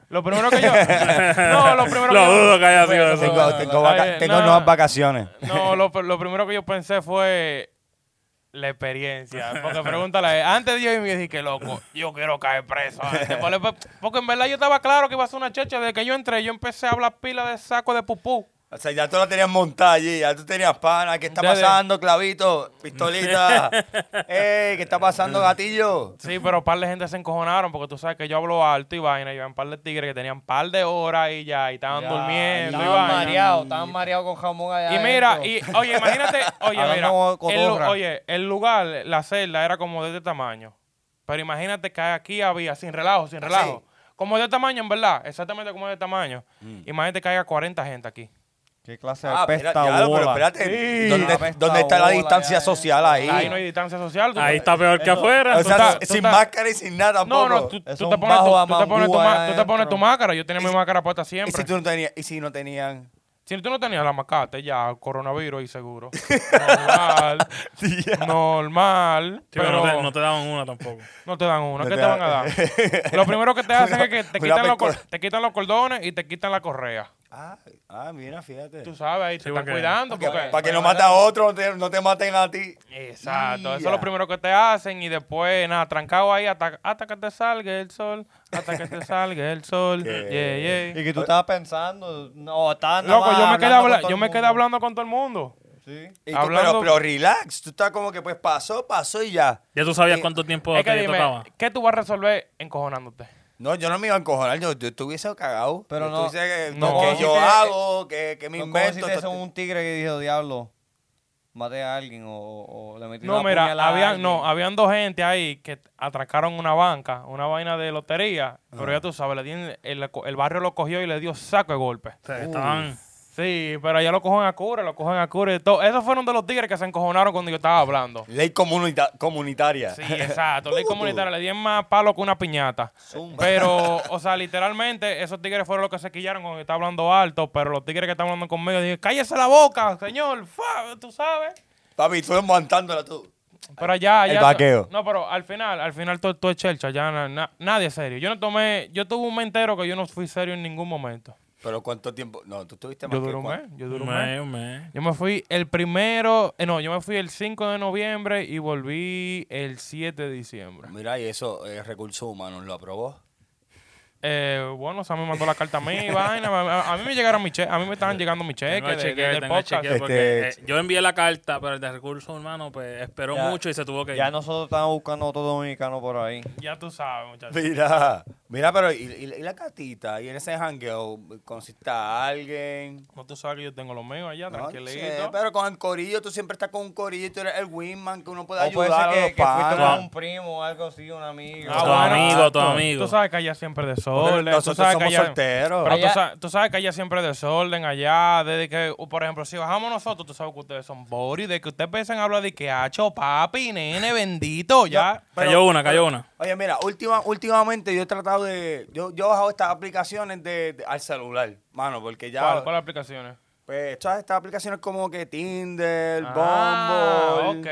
[SPEAKER 4] Lo primero que yo. no, lo primero
[SPEAKER 1] Lo
[SPEAKER 4] que yo-
[SPEAKER 1] dudo que haya sido
[SPEAKER 4] Ah, Bueno,
[SPEAKER 1] eso.
[SPEAKER 4] no,
[SPEAKER 2] Tengo,
[SPEAKER 4] no,
[SPEAKER 2] tengo,
[SPEAKER 4] no,
[SPEAKER 2] vaca-
[SPEAKER 4] eh,
[SPEAKER 2] tengo
[SPEAKER 4] no,
[SPEAKER 2] nuevas vacaciones.
[SPEAKER 4] No, lo, lo primero que yo pensé fue la experiencia. Porque pregúntale, antes de yo irme, yo dije que loco, yo quiero caer preso. antes". Porque, porque en verdad yo estaba claro que iba a ser una checha. Desde que yo entré, yo empecé a hablar pila de saco de pupú.
[SPEAKER 2] O sea, ya tú la tenías montada allí, ya tú tenías pana. ¿Qué está
[SPEAKER 4] Ustedes-
[SPEAKER 2] pasando, clavito? Pistolita. ¡Ey! ¿Qué está pasando, gatillo?
[SPEAKER 4] Sí, pero par de gente se encojonaron porque tú sabes que yo hablo alto y vaina. Y un par de tigres que tenían par de horas y ya, y estaban durmiendo y
[SPEAKER 3] Estaban
[SPEAKER 4] vaina.
[SPEAKER 3] mareados, estaban mareados con jamón allá.
[SPEAKER 4] Y mira, y,
[SPEAKER 3] adentro.
[SPEAKER 4] oye, imagínate, oye,
[SPEAKER 3] Hablando
[SPEAKER 4] mira,
[SPEAKER 3] con
[SPEAKER 4] el, lu-
[SPEAKER 3] cotorra.
[SPEAKER 4] oye, el lugar, la celda era como de este tamaño. Pero imagínate que aquí había, sin relajo,
[SPEAKER 3] Ah,
[SPEAKER 4] sin relajo. Como de este tamaño, en verdad, exactamente como de este tamaño.
[SPEAKER 3] Mm.
[SPEAKER 4] Imagínate que haya 40 gente aquí.
[SPEAKER 3] ¿Qué clase de
[SPEAKER 2] Ah, espera,
[SPEAKER 3] pesta
[SPEAKER 2] ya, pero
[SPEAKER 3] bola?
[SPEAKER 2] espérate.
[SPEAKER 4] Sí.
[SPEAKER 2] ¿Dónde,
[SPEAKER 3] Apesta
[SPEAKER 2] dónde está la
[SPEAKER 3] bola,
[SPEAKER 2] distancia
[SPEAKER 3] ya, ya.
[SPEAKER 2] social ahí?
[SPEAKER 4] Ahí no hay distancia social. tú-
[SPEAKER 1] Ahí está peor que afuera.
[SPEAKER 2] O
[SPEAKER 4] tú
[SPEAKER 2] sea,
[SPEAKER 4] estás- tú
[SPEAKER 2] sin
[SPEAKER 4] estás-
[SPEAKER 2] máscara y sin nada tampoco.
[SPEAKER 4] No, no, tú, tú
[SPEAKER 3] Es
[SPEAKER 4] te
[SPEAKER 3] un
[SPEAKER 4] pones, tu,
[SPEAKER 3] bajo a
[SPEAKER 4] tú te pones tu
[SPEAKER 3] bambú
[SPEAKER 4] ma-
[SPEAKER 3] allá
[SPEAKER 4] tú te pones tu
[SPEAKER 3] adentro.
[SPEAKER 4] máscara. Yo tenía mi máscara puesta
[SPEAKER 2] ¿Y
[SPEAKER 4] siempre.
[SPEAKER 2] si, tú no tenías, ¿Y si no tenían?
[SPEAKER 4] Si tú no tenías la macate, ya, coronavirus y seguro. Normal. normal.
[SPEAKER 1] Chico,
[SPEAKER 4] pero
[SPEAKER 1] no, te, no te daban una tampoco.
[SPEAKER 4] dan una.
[SPEAKER 2] No te
[SPEAKER 4] ¿Qué te van a
[SPEAKER 2] dan-
[SPEAKER 4] dar? Lo primero que te hacen es que te
[SPEAKER 2] Una
[SPEAKER 4] quitan, los,
[SPEAKER 2] pescola.
[SPEAKER 4] cor- te quitan los cordones y te quitan la correa.
[SPEAKER 2] Ah, ah, mira, fíjate.
[SPEAKER 4] Tú sabes, ahí te
[SPEAKER 1] Sí,
[SPEAKER 4] están
[SPEAKER 1] porque-
[SPEAKER 4] cuidando.
[SPEAKER 2] Porque-
[SPEAKER 4] porque-
[SPEAKER 2] para que no mate a otro, no te, no te maten a ti.
[SPEAKER 4] Exacto. Eso
[SPEAKER 2] Ya.
[SPEAKER 4] es lo primero que te hacen y después, nada, trancado ahí hasta, hasta que te salga el sol. Hasta que te salga el sol. Yeah, yeah.
[SPEAKER 3] Y que tú estabas pensando, no, estabas nada
[SPEAKER 4] Loco,
[SPEAKER 3] más
[SPEAKER 4] yo me, quedé
[SPEAKER 3] hablando con
[SPEAKER 4] habla-
[SPEAKER 3] todo
[SPEAKER 4] yo
[SPEAKER 3] el
[SPEAKER 4] me quedé
[SPEAKER 3] mundo.
[SPEAKER 4] hablando con todo el mundo.
[SPEAKER 3] Sí.
[SPEAKER 2] Y tú,
[SPEAKER 4] Hablando-
[SPEAKER 2] pero, pero relax, tú estás como que pues pasó, pasó y ya.
[SPEAKER 1] Ya tú sabías
[SPEAKER 2] Eh,
[SPEAKER 1] cuánto tiempo
[SPEAKER 4] Es
[SPEAKER 1] te
[SPEAKER 4] que dime,
[SPEAKER 1] Pues, tocaba.
[SPEAKER 4] ¿qué tú vas a resolver encojonándote?
[SPEAKER 2] No, yo no me iba a encojonar, yo, yo estuviese cagado.
[SPEAKER 3] Pero
[SPEAKER 2] Yo
[SPEAKER 3] no-
[SPEAKER 2] estuviese,
[SPEAKER 4] no.
[SPEAKER 2] ¿Qué
[SPEAKER 4] ¿Cómo
[SPEAKER 2] yo
[SPEAKER 3] si te-
[SPEAKER 2] hago? ¿Qué, qué me
[SPEAKER 3] No, como si
[SPEAKER 2] invento?
[SPEAKER 3] te
[SPEAKER 2] Esto-
[SPEAKER 3] son un tigre que dijo, diablo, maté a alguien o, o le metí
[SPEAKER 4] No,
[SPEAKER 3] una
[SPEAKER 4] mira,
[SPEAKER 3] puñalada a
[SPEAKER 4] habían,
[SPEAKER 3] alguien.
[SPEAKER 4] no, ah, habían dos gente ahí que atracaron una banca, una vaina de lotería, pero ya tú sabes, le dieron- el, el barrio lo cogió y le dio saco de golpe.
[SPEAKER 1] O sea, estaban.
[SPEAKER 4] Sí, pero allá lo cogen a cura, lo cogen a cura y todo. Esos fueron de los tigres que se encojonaron cuando yo estaba hablando.
[SPEAKER 2] Ley comunita- comunitaria.
[SPEAKER 4] Sí, exacto. Ley comunitaria, le dieron más palo que una piñata.
[SPEAKER 2] Zumba.
[SPEAKER 4] Pero, o sea, literalmente, esos tigres fueron los que se quillaron cuando yo estaba hablando alto, pero los tigres que estaban hablando conmigo, dije, cállese la boca, señor, fa", tú sabes.
[SPEAKER 2] Papi, tú montándola tú.
[SPEAKER 4] Pero allá, allá.
[SPEAKER 2] El vaqueo.
[SPEAKER 4] No, pero al final, al final todo, todo es chelcha. Ya na- na- nadie es serio. Yo no tomé, yo tuve un mes entero que yo no fui serio en ningún momento.
[SPEAKER 2] Pero ¿cuánto tiempo? No, tú estuviste más
[SPEAKER 4] Yo
[SPEAKER 2] que
[SPEAKER 4] duré un mes,
[SPEAKER 2] cuatro.
[SPEAKER 4] yo duré un mes.
[SPEAKER 1] Me, me.
[SPEAKER 4] Yo me fui el primero, eh, no, yo me fui el 5 de noviembre y volví el 7 de diciembre.
[SPEAKER 2] Mira, y eso, eh, Recursos Humanos lo aprobó.
[SPEAKER 4] Eh, bueno, Sam me mandó la carta a mí, vaina. A, a mí me llegaron mi cheque, a mí me estaban llegando mis
[SPEAKER 1] Tengo que
[SPEAKER 4] cheques de- de-
[SPEAKER 1] chequear,
[SPEAKER 4] del
[SPEAKER 1] tengo que
[SPEAKER 4] podcast.
[SPEAKER 1] chequear porque,
[SPEAKER 2] Este-
[SPEAKER 1] eh, yo envié la carta, pero el de recursos humanos pues, esperó
[SPEAKER 3] Ya.
[SPEAKER 1] mucho y se tuvo que ir.
[SPEAKER 3] Ya nosotros estamos buscando otro dominicano por ahí.
[SPEAKER 4] Ya tú sabes, muchachos.
[SPEAKER 2] Mira, mira, pero ¿y, y- y la catita? ¿Y en ese hangueo consista alguien?
[SPEAKER 4] No tú sabes que yo tengo los míos allá,
[SPEAKER 2] No
[SPEAKER 4] tranquilito.
[SPEAKER 2] sé, pero con el corillo, tú siempre estás con un corillo, tú eres el wingman que uno puede
[SPEAKER 3] O puede
[SPEAKER 2] ayudar
[SPEAKER 3] ser
[SPEAKER 2] a
[SPEAKER 3] que,
[SPEAKER 2] los
[SPEAKER 3] que fuiste con
[SPEAKER 1] panas.
[SPEAKER 3] un primo o algo así, un amigo.
[SPEAKER 1] Ah, Tu bueno. amigo, tu
[SPEAKER 4] tú-
[SPEAKER 1] amigo.
[SPEAKER 4] Tú sabes que allá siempre es
[SPEAKER 2] Porque
[SPEAKER 4] desorden. tú
[SPEAKER 2] Nosotros
[SPEAKER 4] sabes que
[SPEAKER 2] somos
[SPEAKER 4] allá-
[SPEAKER 2] solteros.
[SPEAKER 4] Pero
[SPEAKER 3] Allá-
[SPEAKER 4] tú, sabes, tú sabes que allá siempre es desorden, allá, desde que, o, por ejemplo, si bajamos nosotros, tú sabes que ustedes son boris, de que ustedes empiezan a hablar de que hacho, papi, nene, bendito, ya.
[SPEAKER 2] Pero-
[SPEAKER 1] cayó una, cayó una.
[SPEAKER 2] Oye, mira, última, últimamente yo he tratado de. Yo, yo he bajado estas aplicaciones de, de- al celular, mano, porque ya.
[SPEAKER 4] ¿Cuál, ¿Cuáles aplicaciones?
[SPEAKER 2] Pues, todas estas aplicaciones como que Tinder,
[SPEAKER 4] Ah,
[SPEAKER 2] Bumble,
[SPEAKER 4] ok.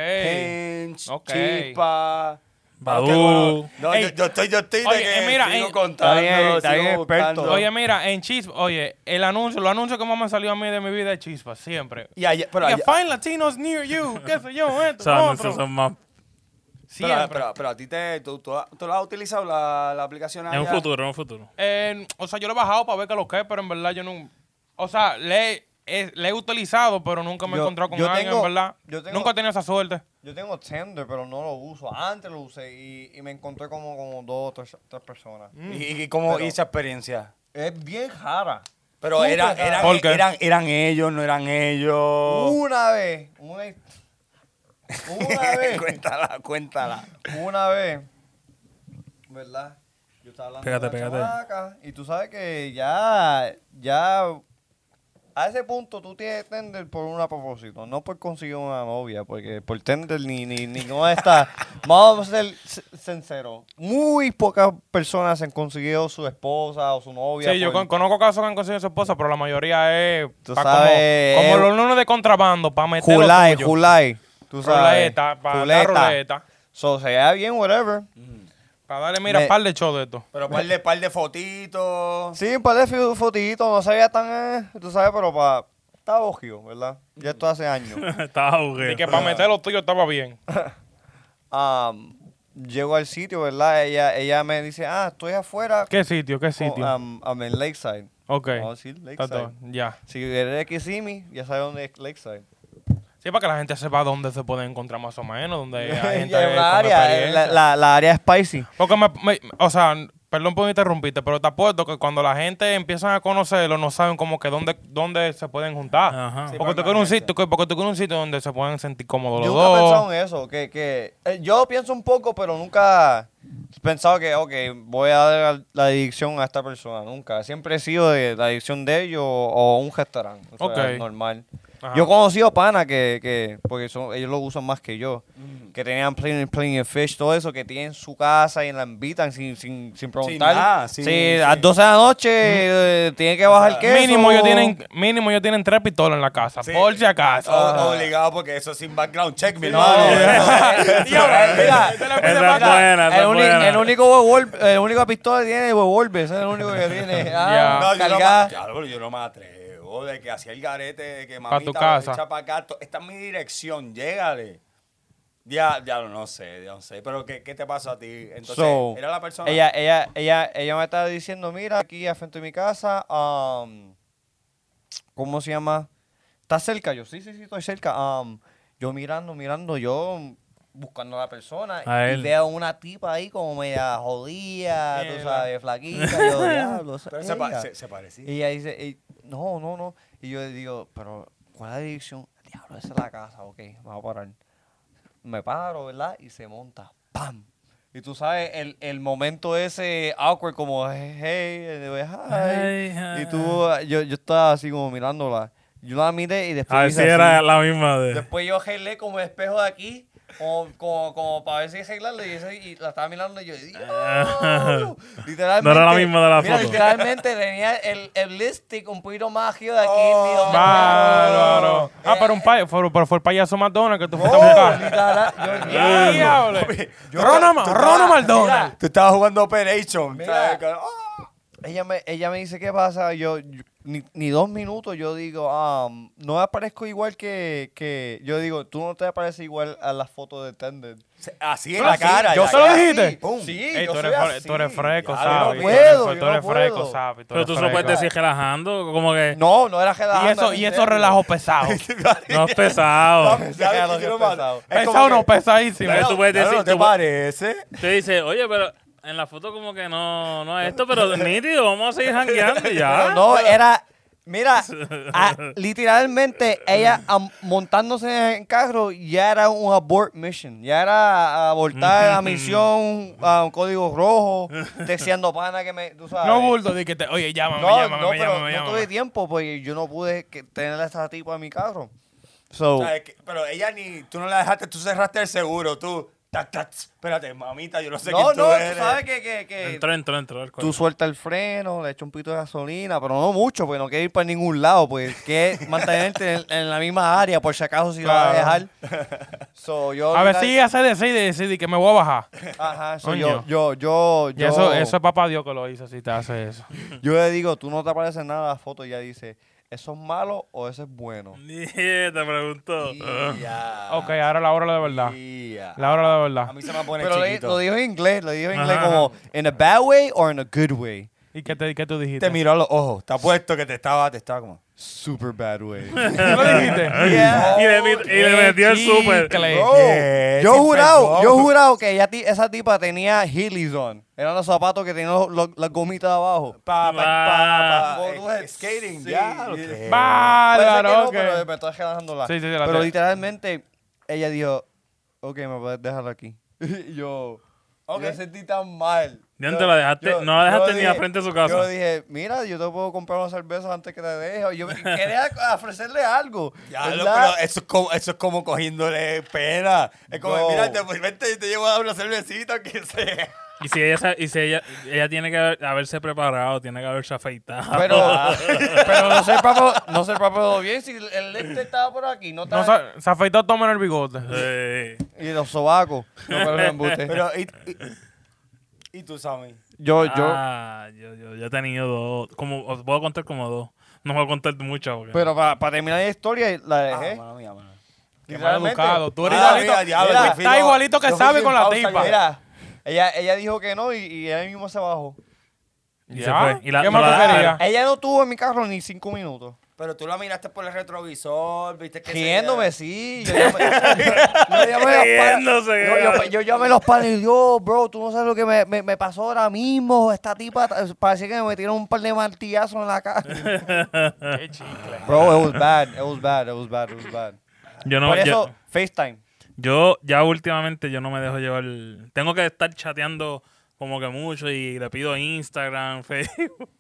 [SPEAKER 2] Hinge,
[SPEAKER 4] Ok.
[SPEAKER 2] Chispa.
[SPEAKER 1] Badoo.
[SPEAKER 2] Ah, qué bueno. No,
[SPEAKER 4] Ey.
[SPEAKER 2] yo, yo estoy, yo estoy
[SPEAKER 4] Oye,
[SPEAKER 2] de que
[SPEAKER 4] eh, mira,
[SPEAKER 2] sigo
[SPEAKER 4] eh,
[SPEAKER 2] contando,
[SPEAKER 3] Está bien, está
[SPEAKER 2] sigo
[SPEAKER 3] bien experto.
[SPEAKER 2] buscando.
[SPEAKER 4] Oye, mira, en Chispa, oye, el anuncio, los anuncios que más me salió a mí de mi vida es Chispa, siempre.
[SPEAKER 2] Y ayer- pero,
[SPEAKER 4] que
[SPEAKER 2] ayer-
[SPEAKER 4] find Latinos near you, qué sé yo, esto,
[SPEAKER 1] Esos
[SPEAKER 4] lo
[SPEAKER 1] anuncios
[SPEAKER 4] otro.
[SPEAKER 1] son más.
[SPEAKER 2] pero- ah,
[SPEAKER 4] Siempre.
[SPEAKER 2] pero- pero a ti te, tú, tú, tú la has utilizado la, la aplicación
[SPEAKER 1] Es un
[SPEAKER 2] allá?
[SPEAKER 1] futuro, es un futuro.
[SPEAKER 4] Eh, o sea, yo lo he bajado para ver que lo que es, pero en verdad yo no. O sea, le, he- le he utilizado, pero nunca me he
[SPEAKER 3] Yo-
[SPEAKER 4] encontrado con
[SPEAKER 3] yo
[SPEAKER 4] alguien,
[SPEAKER 3] tengo-
[SPEAKER 4] en verdad.
[SPEAKER 3] yo tengo-
[SPEAKER 4] nunca he tenido esa suerte.
[SPEAKER 3] Yo tengo Tinder, pero no lo uso. Antes lo usé y, y me encontré como, como dos o tres, tres personas.
[SPEAKER 4] Mm.
[SPEAKER 2] ¿Y, y cómo
[SPEAKER 3] Pero-
[SPEAKER 2] hice experiencia?
[SPEAKER 3] Es bien rara.
[SPEAKER 2] Pero
[SPEAKER 3] Súper
[SPEAKER 2] eran,
[SPEAKER 3] rara.
[SPEAKER 2] eran,
[SPEAKER 4] ¿Por qué?
[SPEAKER 2] eran, eran ellos, no eran
[SPEAKER 4] Oh.
[SPEAKER 2] ellos.
[SPEAKER 3] Una vez, una, una vez,
[SPEAKER 2] cuéntala, cuéntala.
[SPEAKER 3] una vez, ¿verdad? Yo estaba hablando
[SPEAKER 1] Pégate,
[SPEAKER 3] con la
[SPEAKER 1] pégate.
[SPEAKER 3] chamaca, y tú sabes que ya, ya, a ese punto tú tienes Tinder por una propósito, no por conseguir una novia, porque por Tinder ni, ni, ni no está. Vamos a ser sin- sinceros, muy pocas personas han conseguido su esposa o su novia.
[SPEAKER 4] Sí, yo
[SPEAKER 3] por-
[SPEAKER 4] con- conozco casos que han conseguido su esposa, pero la mayoría es.
[SPEAKER 3] Tú
[SPEAKER 4] pa'
[SPEAKER 3] sabes,
[SPEAKER 4] como,
[SPEAKER 3] eh,
[SPEAKER 4] como los lunes de contrabando, para meter.
[SPEAKER 3] Julai,
[SPEAKER 4] Julai,
[SPEAKER 3] Julai. Tú sabes.
[SPEAKER 4] Ruleta, pa' dar ruleta.
[SPEAKER 3] So, se da bien, whatever.
[SPEAKER 4] Para darle, mira,
[SPEAKER 3] Me-
[SPEAKER 4] par de show de esto.
[SPEAKER 2] Pero par de, par de fotitos.
[SPEAKER 3] Sí, un par de fi- fotitos, no sabía tan, eh, tú sabes, pero para... Estaba ojio, ¿verdad? Ya esto hace años.
[SPEAKER 1] Estaba aburrido.
[SPEAKER 4] Y que
[SPEAKER 3] Ah.
[SPEAKER 4] para meter lo tuyo estaba bien.
[SPEAKER 3] Am, llego al sitio, ¿verdad? Ella, ella me dice, ah, estoy afuera.
[SPEAKER 4] ¿Qué sitio? ¿Qué
[SPEAKER 3] con-
[SPEAKER 4] sitio?
[SPEAKER 3] am- am en Lakeside.
[SPEAKER 4] ok.
[SPEAKER 3] Vamos a decir
[SPEAKER 4] Está
[SPEAKER 3] Lakeside.
[SPEAKER 4] todo, Ya.
[SPEAKER 3] Si eres de Kissimmee, ya sabes dónde es Lakeside.
[SPEAKER 4] Sí, para que la gente sepa dónde se puede encontrar más o menos, dónde hay gente.
[SPEAKER 3] Ya hay una
[SPEAKER 4] con
[SPEAKER 3] área, eh,
[SPEAKER 4] experiencia.
[SPEAKER 3] la, la- la área spicy.
[SPEAKER 4] Porque me, me- o sea, perdón por interrumpirte, pero te apuesto que cuando la gente empieza a conocerlo, no saben como que dónde, dónde se pueden juntar.
[SPEAKER 1] Ajá. Sí,
[SPEAKER 4] porque, tú quieres un sitio, que- porque tú quieres un sitio donde se puedan sentir cómodos los
[SPEAKER 3] Yo nunca he
[SPEAKER 4] dos.
[SPEAKER 3] pensado en eso, que, que eh, yo pienso un poco, pero nunca he pensado que, ok, voy a dar la, la dirección a esta persona, nunca. Siempre he sido de la dirección de ellos o, o un restaurante, o sea,
[SPEAKER 4] Ok.
[SPEAKER 3] normal.
[SPEAKER 4] Ajá.
[SPEAKER 3] Yo he conocido pana que, que porque son, ellos lo usan más que yo, que tenían Plenty, Plenty of Fish, todo eso, que tienen su casa y la invitan sin, sin, sin preguntar.
[SPEAKER 2] nada, sí,
[SPEAKER 3] sí,
[SPEAKER 2] sí.
[SPEAKER 3] a las 12 de la noche eh, tienen que bajar queso.
[SPEAKER 4] Mínimo ellos, tienen, mínimo ellos tienen tres pistolas en la casa,
[SPEAKER 2] Sí.
[SPEAKER 4] por si acaso.
[SPEAKER 3] Ah.
[SPEAKER 2] O- Obligado porque eso es sin background check, mi
[SPEAKER 3] No,
[SPEAKER 2] hermano.
[SPEAKER 3] Diablo,
[SPEAKER 1] Esa
[SPEAKER 3] mira,
[SPEAKER 1] es buena, esa
[SPEAKER 3] el,
[SPEAKER 1] es
[SPEAKER 3] uni-
[SPEAKER 1] buena.
[SPEAKER 3] el único huevol- el único pistola que tiene es Wevolve, ese es el único que tiene. Ah,
[SPEAKER 2] No, yo no,
[SPEAKER 3] cargada.
[SPEAKER 2] me- Diablo, yo no me atrevo de que hacía el garete, de que
[SPEAKER 4] Pa' tu
[SPEAKER 2] mamita
[SPEAKER 4] casa.
[SPEAKER 2] echa pa' acá. to- Esta es mi dirección, llégale. Ya, ya no sé, ya no sé. Pero ¿qué, qué te pasó a ti? Entonces,
[SPEAKER 3] So,
[SPEAKER 2] era la persona.
[SPEAKER 3] Ella, ella, ella, ella me estaba diciendo, mira, aquí al frente de mi casa, um, ¿cómo se llama? ¿Estás cerca? Yo, sí, sí, sí, estoy cerca. Um, yo mirando, mirando, yo buscando a la persona
[SPEAKER 1] A
[SPEAKER 3] y
[SPEAKER 1] él.
[SPEAKER 3] veo una tipa ahí como media jodida, tú
[SPEAKER 4] Mierda.
[SPEAKER 3] sabes, flaquita, yo, diablo. esa
[SPEAKER 2] Pero se, pa-
[SPEAKER 3] ella".
[SPEAKER 2] se- se parecía.
[SPEAKER 3] Y ella dice, "Ey, no, no, no. Y yo digo, pero, ¿cuál es la dirección? Diablo, esa es la casa, ok, vamos a parar. Me paro, ¿verdad? Y se monta, ¡pam! Y tú sabes, el, el momento ese awkward, como, hey, hey,
[SPEAKER 1] Ay,
[SPEAKER 3] hi.
[SPEAKER 1] ay.
[SPEAKER 3] Y tú, yo, yo estaba así como mirándola. Yo la miré y después.
[SPEAKER 1] A ver
[SPEAKER 3] hice
[SPEAKER 1] si
[SPEAKER 3] así.
[SPEAKER 1] era la misma de.
[SPEAKER 3] Después yo arreglé como el espejo de aquí, como, como, como para ver si arreglarlo. Y, ese- y la estaba mirando y yo, ¡Diablo! Literalmente.
[SPEAKER 1] No era la misma de la
[SPEAKER 3] mira,
[SPEAKER 1] foto.
[SPEAKER 3] Literalmente tenía el, el lipstick un poquito más agio de aquí.
[SPEAKER 2] Oh.
[SPEAKER 3] tío.
[SPEAKER 4] Bárbaro. Ah,
[SPEAKER 3] Eh,
[SPEAKER 4] pero, un pay, fue, pero fue el payaso Madonna que tú fuiste
[SPEAKER 3] oh,
[SPEAKER 4] a buscar.
[SPEAKER 3] literal- yo- diablo.
[SPEAKER 4] ¡Diablo! Ronald Ma- Ronald Maldonald.
[SPEAKER 2] Tú estabas jugando Operation.
[SPEAKER 3] Mira.
[SPEAKER 2] ¿sabes? Con- ¡Ah!
[SPEAKER 3] ella me, ella me dice qué pasa, yo, yo- ni, ni dos minutos yo digo, ah, no me aparezco igual que, que, yo digo, tú no te apareces igual a las fotos de Tender.
[SPEAKER 2] Se- Así en
[SPEAKER 4] Claro,
[SPEAKER 2] la cara.
[SPEAKER 4] sí, yo
[SPEAKER 2] en la
[SPEAKER 4] se lo
[SPEAKER 2] cara.
[SPEAKER 4] dijiste.
[SPEAKER 2] Sí, pum.
[SPEAKER 3] Sí,
[SPEAKER 4] Ey,
[SPEAKER 3] yo
[SPEAKER 4] tú,
[SPEAKER 3] soy
[SPEAKER 4] eres, fre-
[SPEAKER 3] así.
[SPEAKER 4] tú eres fresco,
[SPEAKER 2] Ya,
[SPEAKER 3] yo no
[SPEAKER 4] ¿sabes? Tú
[SPEAKER 3] puedo,
[SPEAKER 4] eres fre-
[SPEAKER 3] yo
[SPEAKER 4] tú
[SPEAKER 3] no
[SPEAKER 4] eres fresco,
[SPEAKER 3] puedo.
[SPEAKER 4] ¿sabes?
[SPEAKER 1] Pero tú
[SPEAKER 4] eres
[SPEAKER 1] solo puedes
[SPEAKER 4] fresco.
[SPEAKER 1] decir relajando, como que no,
[SPEAKER 3] No, no era
[SPEAKER 4] Y
[SPEAKER 3] relajando.
[SPEAKER 4] eso,
[SPEAKER 3] era
[SPEAKER 4] y
[SPEAKER 3] en
[SPEAKER 4] eso
[SPEAKER 3] serio.
[SPEAKER 4] relajo pesado.
[SPEAKER 1] es pesado.
[SPEAKER 2] ¿Sabes
[SPEAKER 3] Ya,
[SPEAKER 2] qué
[SPEAKER 3] lo que
[SPEAKER 2] quiero
[SPEAKER 3] es
[SPEAKER 2] más?
[SPEAKER 3] pesado.
[SPEAKER 2] Es como
[SPEAKER 4] pesado
[SPEAKER 2] que-
[SPEAKER 4] no, pesadísimo.
[SPEAKER 1] Claro. tú puedes
[SPEAKER 2] Claro,
[SPEAKER 1] decir-
[SPEAKER 2] ¿no te
[SPEAKER 1] tú-
[SPEAKER 2] parece?
[SPEAKER 1] Te dice, oye, pero en la foto como que no, no es esto, pero nítido, vamos a seguir jangueando y ya.
[SPEAKER 3] Pero no, era. Mira, a- literalmente ella am- montándose en carro ya era un abort mission. Ya era abortar la misión a un código rojo, texteando pana que me. Tú sabes.
[SPEAKER 4] No, bulto, di que te. Oye, llámame,
[SPEAKER 3] No,
[SPEAKER 4] llámame,
[SPEAKER 3] no, pero
[SPEAKER 4] llámame,
[SPEAKER 3] no
[SPEAKER 4] llámame.
[SPEAKER 3] tuve tiempo porque yo no pude que- tener a esta tipo en mi carro.
[SPEAKER 2] O
[SPEAKER 3] So,
[SPEAKER 2] sea, es que- pero ella ni. Tú no la dejaste, tú cerraste el seguro, tú. tac, tac, tss, espérate, mamita, yo no sé
[SPEAKER 3] no,
[SPEAKER 2] quién tú
[SPEAKER 3] no,
[SPEAKER 2] eres.
[SPEAKER 3] tú sabes que. que, que
[SPEAKER 1] Entró, entró, entró. el
[SPEAKER 3] eh, Tú
[SPEAKER 1] cuerpo.
[SPEAKER 3] sueltas el freno, le echas un pito de gasolina, pero no mucho, porque no quieres ir para ningún lado, porque quieres mantenerte en, en la misma área, por si acaso si la vas a
[SPEAKER 4] Claro.
[SPEAKER 3] dejar. So, yo,
[SPEAKER 4] A ver si ella se decide, decide que me voy a bajar.
[SPEAKER 3] Ajá, so,
[SPEAKER 4] Coño.
[SPEAKER 3] yo, yo, yo,
[SPEAKER 4] Y
[SPEAKER 3] yo,
[SPEAKER 4] eso, eso es papá Dios que lo hizo si te hace eso.
[SPEAKER 3] yo le digo, tú no te apareces en nada en la foto, y ella dice, ¿eso es malo o eso es bueno?
[SPEAKER 1] Ni te preguntó.
[SPEAKER 2] Ya,
[SPEAKER 4] Ok, ahora la hora de verdad.
[SPEAKER 2] ya.
[SPEAKER 4] La hora de verdad.
[SPEAKER 2] Ah. A mí se me pone
[SPEAKER 3] Pero le-
[SPEAKER 2] chiquito.
[SPEAKER 3] lo dijo en inglés, lo dijo en inglés
[SPEAKER 1] Ajá,
[SPEAKER 3] como, ¿in a bad way or in a good way?
[SPEAKER 4] ¿Y qué, te, qué tú dijiste?
[SPEAKER 2] te miró a los ojos. Te apuesto que te estaba, te estaba como.
[SPEAKER 3] Super bad way.
[SPEAKER 4] ¿Tú lo dijiste?
[SPEAKER 3] Yeah.
[SPEAKER 1] Y le, mit- y le
[SPEAKER 4] Oh, Qué
[SPEAKER 1] metió el súper.
[SPEAKER 4] chicle.
[SPEAKER 3] Bro,
[SPEAKER 2] ¿Qué?
[SPEAKER 3] yo
[SPEAKER 2] Sin
[SPEAKER 3] jurado,
[SPEAKER 2] perdón.
[SPEAKER 3] yo jurado que ella ti- esa tipa tenía heelys on. Eran los zapatos que tenían los- los- las gomitas de abajo.
[SPEAKER 2] Pa, pa, pa, pa.
[SPEAKER 3] Wow.
[SPEAKER 2] eh, Skating,
[SPEAKER 3] Sí.
[SPEAKER 2] ya. lo que-
[SPEAKER 3] Parece que
[SPEAKER 4] Bárbaro,
[SPEAKER 3] no,
[SPEAKER 4] ok.
[SPEAKER 3] pero me estoy relajando la.
[SPEAKER 4] Sí, sí, sí, la
[SPEAKER 3] pero
[SPEAKER 4] te-
[SPEAKER 3] literalmente ella dijo, ok, me puedes dejar aquí. Y yo,
[SPEAKER 2] Ok.
[SPEAKER 3] yo me sentí tan mal.
[SPEAKER 1] Diante,
[SPEAKER 3] Yo-
[SPEAKER 1] la dejaste- no la dejaste
[SPEAKER 3] yo
[SPEAKER 1] ni a frente de su casa.
[SPEAKER 3] Yo le dije, mira, yo te puedo comprar una cerveza antes que te deje. Yo quería ofrecerle algo.
[SPEAKER 2] Ya, lo-
[SPEAKER 3] ¿verdad?
[SPEAKER 2] pero eso es, como, eso es como cogiéndole pena. Es como,
[SPEAKER 3] No.
[SPEAKER 2] mira, te, pues, vente y te llevo a dar una cervecita, que sea.
[SPEAKER 1] Y si ella, sa- y si ella, ella tiene que haber- haberse preparado, tiene que haberse afeitado.
[SPEAKER 3] Pero,
[SPEAKER 4] Ah.
[SPEAKER 3] pero no se papo, no se papo bien si el lente estaba por aquí, no
[SPEAKER 4] No,
[SPEAKER 3] estaba.
[SPEAKER 4] se, se afeitó Tom en el bigote.
[SPEAKER 1] Sí.
[SPEAKER 3] y los sobacos. No, pero no embuste.
[SPEAKER 2] Pero, ¿y, y, y tú, Sammy? ¿eh?
[SPEAKER 3] yo, pues yo.
[SPEAKER 1] Ah, yo, yo, yo he tenido dos. Como, os puedo contar como dos. No voy a contar muchas. porque-
[SPEAKER 3] Pero para terminar la historia, la dejé.
[SPEAKER 2] Ah, mala mía, mala mía.
[SPEAKER 4] Qué mal
[SPEAKER 3] Literalmente.
[SPEAKER 4] educado. Tú eres
[SPEAKER 2] Ah,
[SPEAKER 4] igualito.
[SPEAKER 2] mira, diablo,
[SPEAKER 4] Mira,
[SPEAKER 2] yo fui
[SPEAKER 4] está
[SPEAKER 2] lo-
[SPEAKER 4] igualito que
[SPEAKER 2] yo fui
[SPEAKER 4] sabe
[SPEAKER 2] sin
[SPEAKER 4] con la
[SPEAKER 2] pausa, yo
[SPEAKER 4] tipa.
[SPEAKER 3] Mira, ella, ella dijo que no y, y ella mismo se bajó.
[SPEAKER 1] Y
[SPEAKER 4] Ya.
[SPEAKER 1] se fue. Y la-
[SPEAKER 4] ¿Qué
[SPEAKER 1] no
[SPEAKER 4] más
[SPEAKER 1] la-
[SPEAKER 4] tú querías?
[SPEAKER 3] Ella no tuvo en mi carro ni cinco minutos.
[SPEAKER 2] Pero tú la miraste por el retrovisor, viste que... se-
[SPEAKER 3] Riéndome, sí. Yo llamé, yo llamé a los panas-
[SPEAKER 1] Riéndose,
[SPEAKER 3] yo- yo-
[SPEAKER 1] cabrón.
[SPEAKER 3] yo llamé a los padres y yo, bro, tú no sabes lo que me, me- me pasó ahora mismo. Esta tipa t- parecía que me metieron un par de martillazos en la cara.
[SPEAKER 4] Qué chicle.
[SPEAKER 3] Bro, it was bad, it was bad, it was bad, it was bad.
[SPEAKER 1] Yo no,
[SPEAKER 3] Por
[SPEAKER 1] yo-
[SPEAKER 3] eso, FaceTime.
[SPEAKER 1] Yo ya últimamente yo no me dejo llevar. Tengo que estar chateando como que mucho y le pido Instagram, Facebook.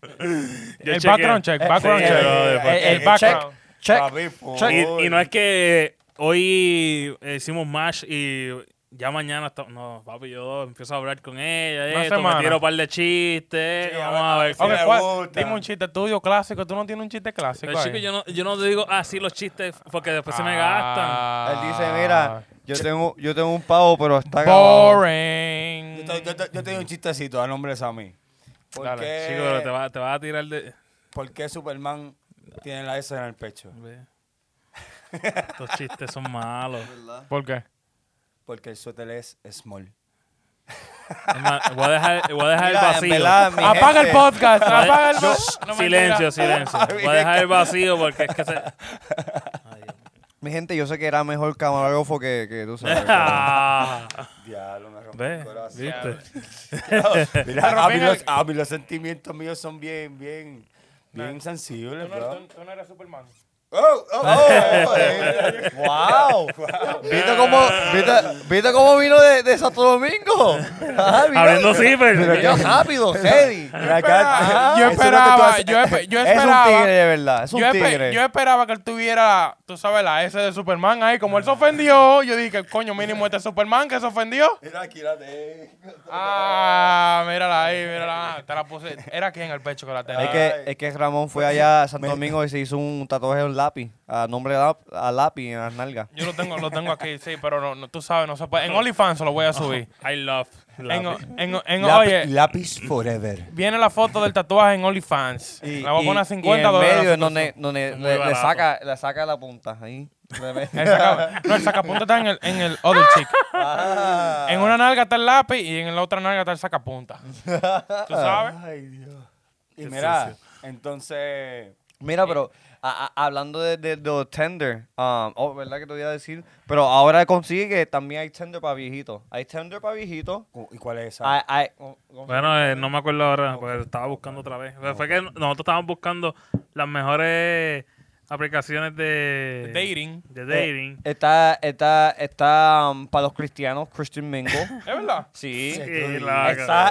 [SPEAKER 1] Yo
[SPEAKER 4] El
[SPEAKER 1] chequeo.
[SPEAKER 4] background check,
[SPEAKER 2] Eh,
[SPEAKER 4] background
[SPEAKER 1] Sí,
[SPEAKER 4] check.
[SPEAKER 1] brother,
[SPEAKER 4] El-
[SPEAKER 1] porque-
[SPEAKER 4] el background.
[SPEAKER 3] Check,
[SPEAKER 2] Papi, por favor.
[SPEAKER 1] Y, y no es que hoy eh, hicimos match y ya mañana está- no, papi, yo empiezo a hablar con ella, "Eh,
[SPEAKER 4] Una
[SPEAKER 1] esto, me
[SPEAKER 4] semana.
[SPEAKER 1] tiro un par de chistes,
[SPEAKER 2] Sí,
[SPEAKER 1] vamos
[SPEAKER 2] a
[SPEAKER 1] a ver.
[SPEAKER 2] ver, a
[SPEAKER 1] qué-
[SPEAKER 4] Ok,
[SPEAKER 2] ver. me
[SPEAKER 4] ¿cuál-
[SPEAKER 2] gusta.
[SPEAKER 4] Dime un chiste tuyo clásico. Tú no tienes un chiste clásico.
[SPEAKER 1] Pero,
[SPEAKER 4] ahí?
[SPEAKER 1] chico, yo no, yo no digo así los chistes porque después se me gastan.
[SPEAKER 4] Ah.
[SPEAKER 3] Él dice, mira, yo tengo, yo tengo un pavo, pero está grabado".
[SPEAKER 4] Boring.
[SPEAKER 2] Yo, te- yo te- yo tengo un chistecito a nombre de Sammy. ¿Por,
[SPEAKER 4] Dale,
[SPEAKER 2] qué,
[SPEAKER 1] Chico, pero te vas te vas a tirar de...
[SPEAKER 2] ¿Por qué Superman tiene la S en el pecho?
[SPEAKER 1] Ve. Estos chistes son malos.
[SPEAKER 4] ¿Por qué?
[SPEAKER 2] Porque el suéter es small.
[SPEAKER 1] Es más, voy a dejar, voy a dejar
[SPEAKER 3] Mira, en
[SPEAKER 1] el vacío.
[SPEAKER 3] verdad, mi
[SPEAKER 4] Apaga
[SPEAKER 3] gente-
[SPEAKER 4] el podcast.
[SPEAKER 1] Voy a-
[SPEAKER 4] apaga el
[SPEAKER 1] Yo-
[SPEAKER 4] podcast.
[SPEAKER 1] silencio, silencio. Voy a dejar el vacío porque es que se.
[SPEAKER 3] Mi gente, yo sé que era mejor camarógrafo que, que tú sabes. pero-
[SPEAKER 1] Ah,
[SPEAKER 2] Diablo, me rompe
[SPEAKER 1] ¿Ves?
[SPEAKER 2] el corazón.
[SPEAKER 1] ¿Viste?
[SPEAKER 4] Pero
[SPEAKER 2] Mira, a mí,
[SPEAKER 4] mira-
[SPEAKER 2] los, a mí los sentimientos míos son bien, bien, bien sensibles, bro.
[SPEAKER 4] no eres Superman.
[SPEAKER 2] ¡Oh, oh, oh!
[SPEAKER 3] ¡Wow! ¿Viste cómo, viste, viste cómo vino de, de Santo Domingo? Ah, vino-
[SPEAKER 1] Abriendo zipper.
[SPEAKER 3] vino rápido, Heidi.
[SPEAKER 2] Mira acá,
[SPEAKER 4] Yo
[SPEAKER 2] eso es lo que tú
[SPEAKER 4] esperaba,
[SPEAKER 2] haces.
[SPEAKER 4] yo, espe- yo
[SPEAKER 3] Es un
[SPEAKER 4] esperaba.
[SPEAKER 3] tigre, de verdad. Es un
[SPEAKER 4] yo, espe-
[SPEAKER 3] tigre.
[SPEAKER 4] yo esperaba que él tuviera, tú sabes, la S de Superman ahí. Como él se ofendió, yo dije, coño, mínimo este Superman que se ofendió.
[SPEAKER 2] Mira aquí, la tengo.
[SPEAKER 4] Ah, mírala ahí, mírala. Ah, Te la puse. Era aquí en el pecho que la
[SPEAKER 3] es,
[SPEAKER 4] tenía.
[SPEAKER 3] que, es que Ramón fue allá a Santo Domingo y se hizo un tatuaje en un lápiz, a nombre de la- a lápiz en las nalgas.
[SPEAKER 4] Yo lo tengo, lo tengo aquí, sí, pero no, no, tú sabes, no se puede. En OnlyFans lo voy a subir.
[SPEAKER 1] I love.
[SPEAKER 4] En,
[SPEAKER 1] lápiz.
[SPEAKER 4] en- en-
[SPEAKER 2] Lápiz-
[SPEAKER 4] oye,
[SPEAKER 2] Lápiz forever.
[SPEAKER 4] viene la foto del tatuaje en OnlyFans.
[SPEAKER 3] Y-
[SPEAKER 4] La voy a
[SPEAKER 3] y-
[SPEAKER 4] poner a 50
[SPEAKER 3] y en
[SPEAKER 4] dólares.
[SPEAKER 3] medio es donde, donde
[SPEAKER 1] Es muy
[SPEAKER 3] le, le
[SPEAKER 1] barato.
[SPEAKER 3] saca, le saca la punta. Ahí. Le ve-
[SPEAKER 4] El saca- no, el sacapunta está en el, en el other cheek.
[SPEAKER 3] Ah.
[SPEAKER 4] En una nalga está el lápiz y en la otra nalga está el sacapunta. ¿Tú sabes?
[SPEAKER 2] Ay, Dios. Y
[SPEAKER 1] Qué
[SPEAKER 2] mira, entonces.
[SPEAKER 3] Mira, pero a- a- hablando de, de, de los Tender, um, oh, ¿verdad que te voy a decir? Pero ahora consigue que también hay Tender para viejitos. Hay Tender para viejitos.
[SPEAKER 2] cu- ¿Y cuál es esa?
[SPEAKER 3] Hay, hay- oh, oh,
[SPEAKER 1] Bueno, eh, no me acuerdo ahora, porque estaba buscando otra vez. Pero Fue que nosotros estábamos buscando las mejores aplicaciones de...
[SPEAKER 4] Dating.
[SPEAKER 1] De
[SPEAKER 3] eh,
[SPEAKER 1] dating.
[SPEAKER 3] Está, está, está um, para los cristianos, Christian Mingle.
[SPEAKER 4] ¿Es verdad?
[SPEAKER 3] Sí.
[SPEAKER 1] Y la-
[SPEAKER 3] Está,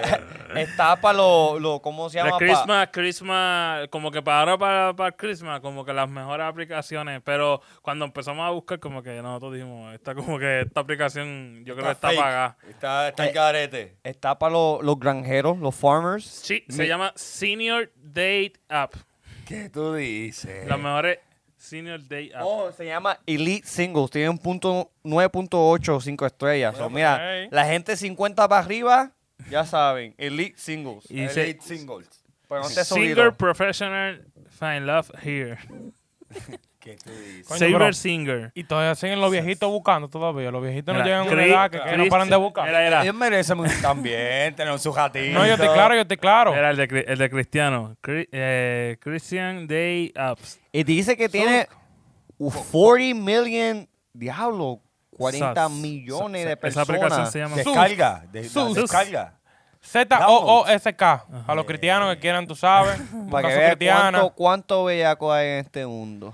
[SPEAKER 3] está para los, lo, ¿cómo se
[SPEAKER 1] la
[SPEAKER 3] llama? Pa-
[SPEAKER 1] Christmas, Christmas, como que para ahora, para, para Christmas, como que las mejores aplicaciones. Pero cuando empezamos a buscar, como que nosotros dijimos, esta como que esta aplicación yo creo que está
[SPEAKER 2] fake.
[SPEAKER 1] pagada.
[SPEAKER 2] Está, está
[SPEAKER 3] Eh,
[SPEAKER 2] el garete.
[SPEAKER 3] Está para los, los granjeros, los farmers.
[SPEAKER 1] Sí, se
[SPEAKER 3] Mi-
[SPEAKER 1] llama Senior Date App.
[SPEAKER 2] ¿Qué tú dices?
[SPEAKER 1] Las mejores Senior Date App.
[SPEAKER 3] Eh. Oh, se llama Elite Singles. Tiene un punto 9.8 o 5 estrellas. So, mira,
[SPEAKER 4] ok.
[SPEAKER 3] la gente 50 para arriba, ya saben, Elite Singles.
[SPEAKER 1] y dice
[SPEAKER 2] Elite Singles.
[SPEAKER 3] Pero no te he subido.
[SPEAKER 1] Singer Professional Find Love Here.
[SPEAKER 2] ¿Qué tú dices?
[SPEAKER 4] Coño,
[SPEAKER 1] Saber
[SPEAKER 4] pero-
[SPEAKER 1] Singer.
[SPEAKER 4] Y todavía siguen los viejitos buscando todavía. Los viejitos no
[SPEAKER 1] Mira,
[SPEAKER 4] llegan a una
[SPEAKER 1] Chris-
[SPEAKER 4] edad que, que no
[SPEAKER 1] Chris-
[SPEAKER 4] paran de buscar.
[SPEAKER 1] Era, era,
[SPEAKER 2] Ellos merecen un- también tener su gatito.
[SPEAKER 4] No, yo estoy claro, yo estoy claro.
[SPEAKER 1] era el, de, Cri- el de Cristiano. Cri- eh, Christian Day Apps.
[SPEAKER 3] Y dice que tiene 40 million, diablo, 40
[SPEAKER 1] Sas.
[SPEAKER 3] millones
[SPEAKER 1] Sas.
[SPEAKER 3] de
[SPEAKER 1] Esa
[SPEAKER 3] personas.
[SPEAKER 1] aplicación se llama-
[SPEAKER 2] Descarga. de-
[SPEAKER 4] Sus.
[SPEAKER 2] Descarga.
[SPEAKER 4] Z-O-O-S-K. A los cristianos que quieran, tú sabes.
[SPEAKER 3] Para
[SPEAKER 4] buscan
[SPEAKER 3] que
[SPEAKER 4] su
[SPEAKER 3] veas
[SPEAKER 4] cristiana.
[SPEAKER 3] cuánto, cuánto bellaco hay en este mundo.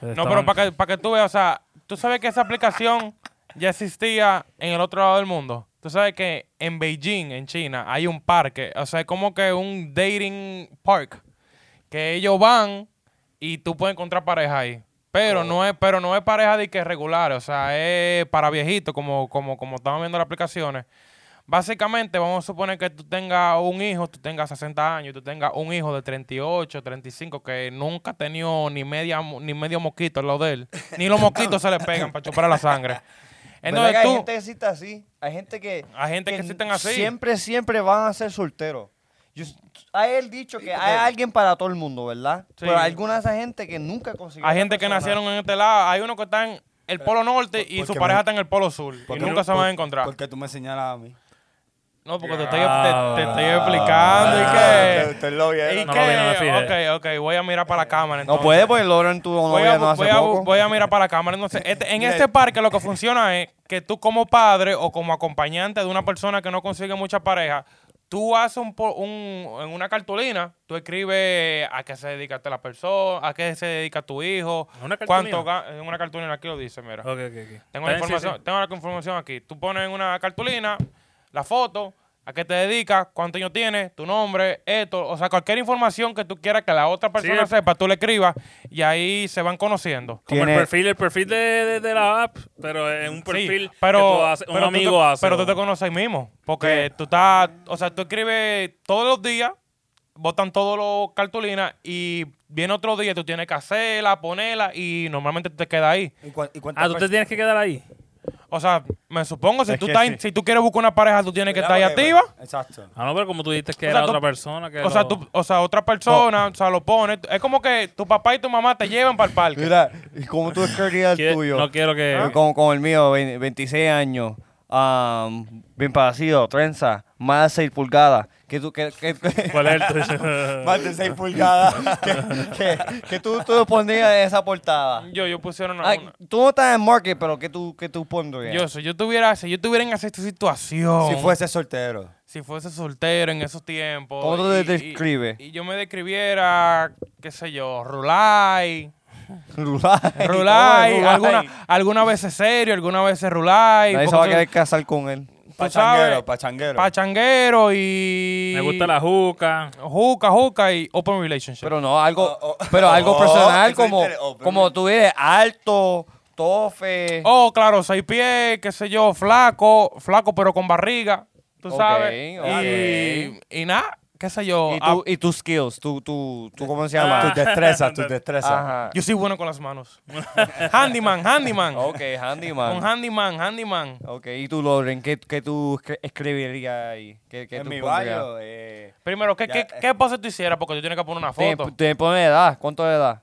[SPEAKER 4] No, pero para que, para que tú veas, o sea, tú sabes que esa aplicación ya existía en el otro lado del mundo. Tú sabes que en Beijing, en China, hay un parque, o sea, es como que un dating park, que ellos van y tú puedes encontrar pareja ahí. Pero no es, pero no es pareja de que regular, o sea, es para viejitos, como, como, como estamos viendo las aplicaciones. Básicamente, vamos a suponer que tú tengas un hijo, tú tengas 60 años, tú tengas un hijo de 38, 35, que nunca ha tenido ni, media, mo- ni medio mosquito al lado de él. Ni los mosquitos se le pegan para chupar la sangre.
[SPEAKER 3] ¿Verdad que
[SPEAKER 4] Entonces Eh,
[SPEAKER 3] hay
[SPEAKER 4] tú,
[SPEAKER 3] gente que existe así. Hay gente que.
[SPEAKER 4] Hay gente que existen así.
[SPEAKER 3] Siempre, siempre van a ser solteros. Yo, hay el dicho que hay alguien para todo el mundo, ¿verdad? Pero alguna de esa gente que nunca consiguió.
[SPEAKER 4] hay
[SPEAKER 3] una
[SPEAKER 4] gente que
[SPEAKER 3] persona.
[SPEAKER 4] nacieron en este lado, hay uno que está en el polo norte y
[SPEAKER 2] ¿por
[SPEAKER 4] su
[SPEAKER 2] qué
[SPEAKER 4] pareja
[SPEAKER 2] me-
[SPEAKER 4] está en el polo sur. Y
[SPEAKER 2] ¿Por qué
[SPEAKER 4] nunca
[SPEAKER 2] no-
[SPEAKER 4] se van a
[SPEAKER 2] por-
[SPEAKER 4] encontrar.
[SPEAKER 2] ¿Por qué tú me señalas a mí?
[SPEAKER 4] No, porque te estoy,
[SPEAKER 1] Ah,
[SPEAKER 4] te, te estoy
[SPEAKER 1] ah,
[SPEAKER 4] explicando
[SPEAKER 1] ah,
[SPEAKER 4] y que...
[SPEAKER 2] Usted lo
[SPEAKER 4] Y
[SPEAKER 2] vieron.
[SPEAKER 1] no lo vi, no me
[SPEAKER 4] que,
[SPEAKER 1] fijé.
[SPEAKER 4] ok, ok, voy a mirar para la cámara.
[SPEAKER 3] No
[SPEAKER 4] entonces.
[SPEAKER 3] puede, porque Lauren tuvo
[SPEAKER 4] voy a,
[SPEAKER 3] novia no hace
[SPEAKER 4] voy a-
[SPEAKER 3] poco.
[SPEAKER 4] voy a mirar para la cámara. Entonces, este- en este parque lo que funciona es que tú como padre o como acompañante de una persona que no consigue mucha pareja, tú haces un, po- un- en una cartulina, tú escribes a qué se dedica la persona, a qué se dedica tu hijo,
[SPEAKER 1] ¿Una cartulina?
[SPEAKER 4] cuánto ga- en una cartulina aquí lo dice, mira. Tengo la información, tengo la información aquí. Tú pones en una cartulina la foto, a qué te dedicas, cuántos años tienes, tu nombre, esto, o sea, cualquier información que tú quieras que la otra persona
[SPEAKER 1] Sí.
[SPEAKER 4] sepa, tú le escribas y ahí se van conociendo.
[SPEAKER 1] Como
[SPEAKER 3] Tiene-
[SPEAKER 1] el perfil, el perfil de, de- de la app, pero es un
[SPEAKER 4] Sí,
[SPEAKER 1] perfil
[SPEAKER 4] pero,
[SPEAKER 1] que tú haces- un
[SPEAKER 4] pero tú te-
[SPEAKER 1] amigo hace.
[SPEAKER 4] Pero
[SPEAKER 1] o-
[SPEAKER 4] tú te conoces ahí mismo, porque tú estás, o sea, tú escribes todos los días, botan todos los cartulinas y viene otro día, tú tienes que hacerla, ponerla y normalmente tú te quedas ahí.
[SPEAKER 2] ¿Y cuán- y cuántas
[SPEAKER 1] Ah, tú te
[SPEAKER 4] pues.
[SPEAKER 2] personas-
[SPEAKER 1] tienes que quedar ahí.
[SPEAKER 4] O sea, me supongo, si,
[SPEAKER 3] Es
[SPEAKER 4] tú,
[SPEAKER 3] que
[SPEAKER 4] estás
[SPEAKER 3] sí.
[SPEAKER 4] en- si tú quieres buscar una pareja, tú tienes que estar ahí
[SPEAKER 2] ¿Verdad? Porque-
[SPEAKER 4] activa.
[SPEAKER 2] Exacto.
[SPEAKER 1] Ah, no, pero como tú dijiste que
[SPEAKER 4] O sea,
[SPEAKER 1] era
[SPEAKER 4] tú-
[SPEAKER 1] otra persona. Que
[SPEAKER 4] O sea,
[SPEAKER 1] lo-
[SPEAKER 4] tú- o sea, otra persona, o sea, lo pone. Es como que tu papá y tu mamá te llevan para el parque.
[SPEAKER 3] Mira, ¿y cómo tú escribías el
[SPEAKER 1] Quiere-
[SPEAKER 3] tuyo?
[SPEAKER 1] No quiero que.
[SPEAKER 3] Eh, Como, como el mío, vein- 26 años, am, bien parecido, trenza, más de 6 pulgadas. ¿Qué tú, qué, qué-
[SPEAKER 1] ¿Cuál es el tuyo?
[SPEAKER 2] Más de 6 pulgadas.
[SPEAKER 3] qué- qué tú, tú ponías en esa portada?
[SPEAKER 4] Yo, yo pusieron una.
[SPEAKER 3] Ay,
[SPEAKER 4] una-
[SPEAKER 3] tú no estás en market, pero ¿qué tú, qué tú pondrías?
[SPEAKER 4] Yo, si yo tuviera, si yo tuviera en esa situación.
[SPEAKER 2] si fuese soltero.
[SPEAKER 4] si fuese soltero en esos tiempos.
[SPEAKER 3] ¿Cómo tú
[SPEAKER 4] y-
[SPEAKER 3] te
[SPEAKER 4] y-
[SPEAKER 3] describes?
[SPEAKER 4] Y, yo me describiera, qué sé yo, Rulay.
[SPEAKER 3] Rulay.
[SPEAKER 4] Rulay,
[SPEAKER 3] Rulay.
[SPEAKER 4] alguna, alguna veces serio, alguna veces Rulay.
[SPEAKER 3] Nadie se
[SPEAKER 4] porque
[SPEAKER 3] va a
[SPEAKER 4] tú-
[SPEAKER 3] querer casar con él.
[SPEAKER 4] tú sabes,
[SPEAKER 2] Pachanguero, pachanguero.
[SPEAKER 4] Pachanguero y.
[SPEAKER 1] Me gusta la juca.
[SPEAKER 4] Juca, juca y open relationship.
[SPEAKER 3] Pero no, algo,
[SPEAKER 2] Oh, oh.
[SPEAKER 3] pero algo
[SPEAKER 2] Oh,
[SPEAKER 3] personal
[SPEAKER 2] eso es
[SPEAKER 3] como,
[SPEAKER 2] inter- oh,
[SPEAKER 3] como tú eres alto, tofe.
[SPEAKER 4] Oh, claro, seis pies, qué sé yo, flaco, flaco pero con barriga, tú
[SPEAKER 3] Ok,
[SPEAKER 4] sabes.
[SPEAKER 3] ok.
[SPEAKER 4] Y, y nada, qué sé
[SPEAKER 3] Oh,
[SPEAKER 4] yo,
[SPEAKER 5] Y,
[SPEAKER 4] ah,
[SPEAKER 5] tu, y tus skills, tu, tu, tu- ¿cómo
[SPEAKER 3] Ah.
[SPEAKER 5] se llama?
[SPEAKER 2] Tus destrezas, tus
[SPEAKER 4] Ajá.
[SPEAKER 2] destrezas.
[SPEAKER 4] ah, Yo soy bueno con las manos. handyman, handyman.
[SPEAKER 5] Ok,
[SPEAKER 4] Un
[SPEAKER 5] handyman.
[SPEAKER 4] handyman, handyman.
[SPEAKER 5] Ok, y tú, Loren, ¿qué, qué tú escri- escribirías ahí? ¿Qué, qué
[SPEAKER 2] En
[SPEAKER 5] tú
[SPEAKER 2] mi
[SPEAKER 5] pondrías?
[SPEAKER 2] barrio, eh,
[SPEAKER 4] Primero, ¿qué,
[SPEAKER 2] Ya,
[SPEAKER 4] qué,
[SPEAKER 2] eh.
[SPEAKER 4] qué pose tú hicieras? Porque tú tienes que poner una
[SPEAKER 5] Te,
[SPEAKER 3] pues,
[SPEAKER 4] foto.
[SPEAKER 5] te pone edad, ¿cuánto de edad?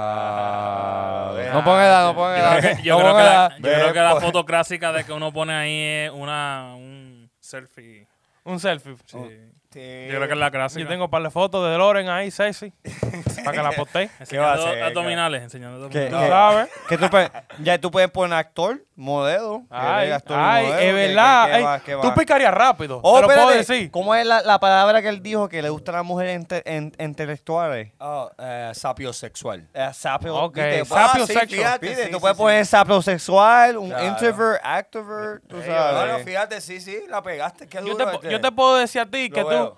[SPEAKER 5] Ya. No ponga edad, no ponga
[SPEAKER 1] Yo
[SPEAKER 5] edad.
[SPEAKER 1] creo que, yo
[SPEAKER 5] no
[SPEAKER 1] creo
[SPEAKER 5] ponga
[SPEAKER 1] que la,
[SPEAKER 5] edad.
[SPEAKER 1] yo creo que la
[SPEAKER 4] pues.
[SPEAKER 2] Ve,
[SPEAKER 1] foto clásica de que uno pone ahí es una, un selfie.
[SPEAKER 4] Un selfie.
[SPEAKER 1] Sí.
[SPEAKER 2] sí.
[SPEAKER 1] Yo creo que es la clásica.
[SPEAKER 4] Yo tengo un par de fotos de Loren ahí, sexy. para que la postee.
[SPEAKER 2] ¿Qué va a
[SPEAKER 1] Enseñando
[SPEAKER 2] hacer?
[SPEAKER 1] abdominales, enseñando
[SPEAKER 3] ¿Qué?
[SPEAKER 1] abdominales.
[SPEAKER 4] Tú
[SPEAKER 3] Eh.
[SPEAKER 4] sabes.
[SPEAKER 3] Que tú puedes- ya tú puedes poner actor, modelo. que
[SPEAKER 4] Ay,
[SPEAKER 3] eres actor y
[SPEAKER 4] ay, es
[SPEAKER 3] modelo, que- que-
[SPEAKER 4] verdad.
[SPEAKER 3] "Eh, que
[SPEAKER 4] Ay,
[SPEAKER 3] va- que
[SPEAKER 4] tú
[SPEAKER 3] va.
[SPEAKER 4] picarías rápido.
[SPEAKER 3] Oh,
[SPEAKER 4] te lo puedo
[SPEAKER 3] espérate,
[SPEAKER 4] decir.
[SPEAKER 3] ¿Cómo es la, la palabra que él dijo que le gusta a las mujeres inte- en- intelectuales?
[SPEAKER 2] Oh, eh, sapiosexual.
[SPEAKER 3] Eh, sapio,
[SPEAKER 4] Ok,
[SPEAKER 3] ¿viste?
[SPEAKER 4] sapio
[SPEAKER 3] sí,
[SPEAKER 4] sexual.
[SPEAKER 3] fíjate,
[SPEAKER 2] Pide,
[SPEAKER 3] sí,
[SPEAKER 2] tú
[SPEAKER 3] tú
[SPEAKER 2] puedes
[SPEAKER 3] puedes poner sapiosexual, un
[SPEAKER 2] Claro.
[SPEAKER 3] introvert, actrovert, tú
[SPEAKER 2] Bueno,
[SPEAKER 3] sabes.
[SPEAKER 2] fíjate, sí, sí, la pegaste. Qué
[SPEAKER 4] yo,
[SPEAKER 2] duro
[SPEAKER 4] te, po-
[SPEAKER 2] este.
[SPEAKER 4] yo te puedo decir a ti
[SPEAKER 2] Lo
[SPEAKER 4] que tú,
[SPEAKER 2] veo.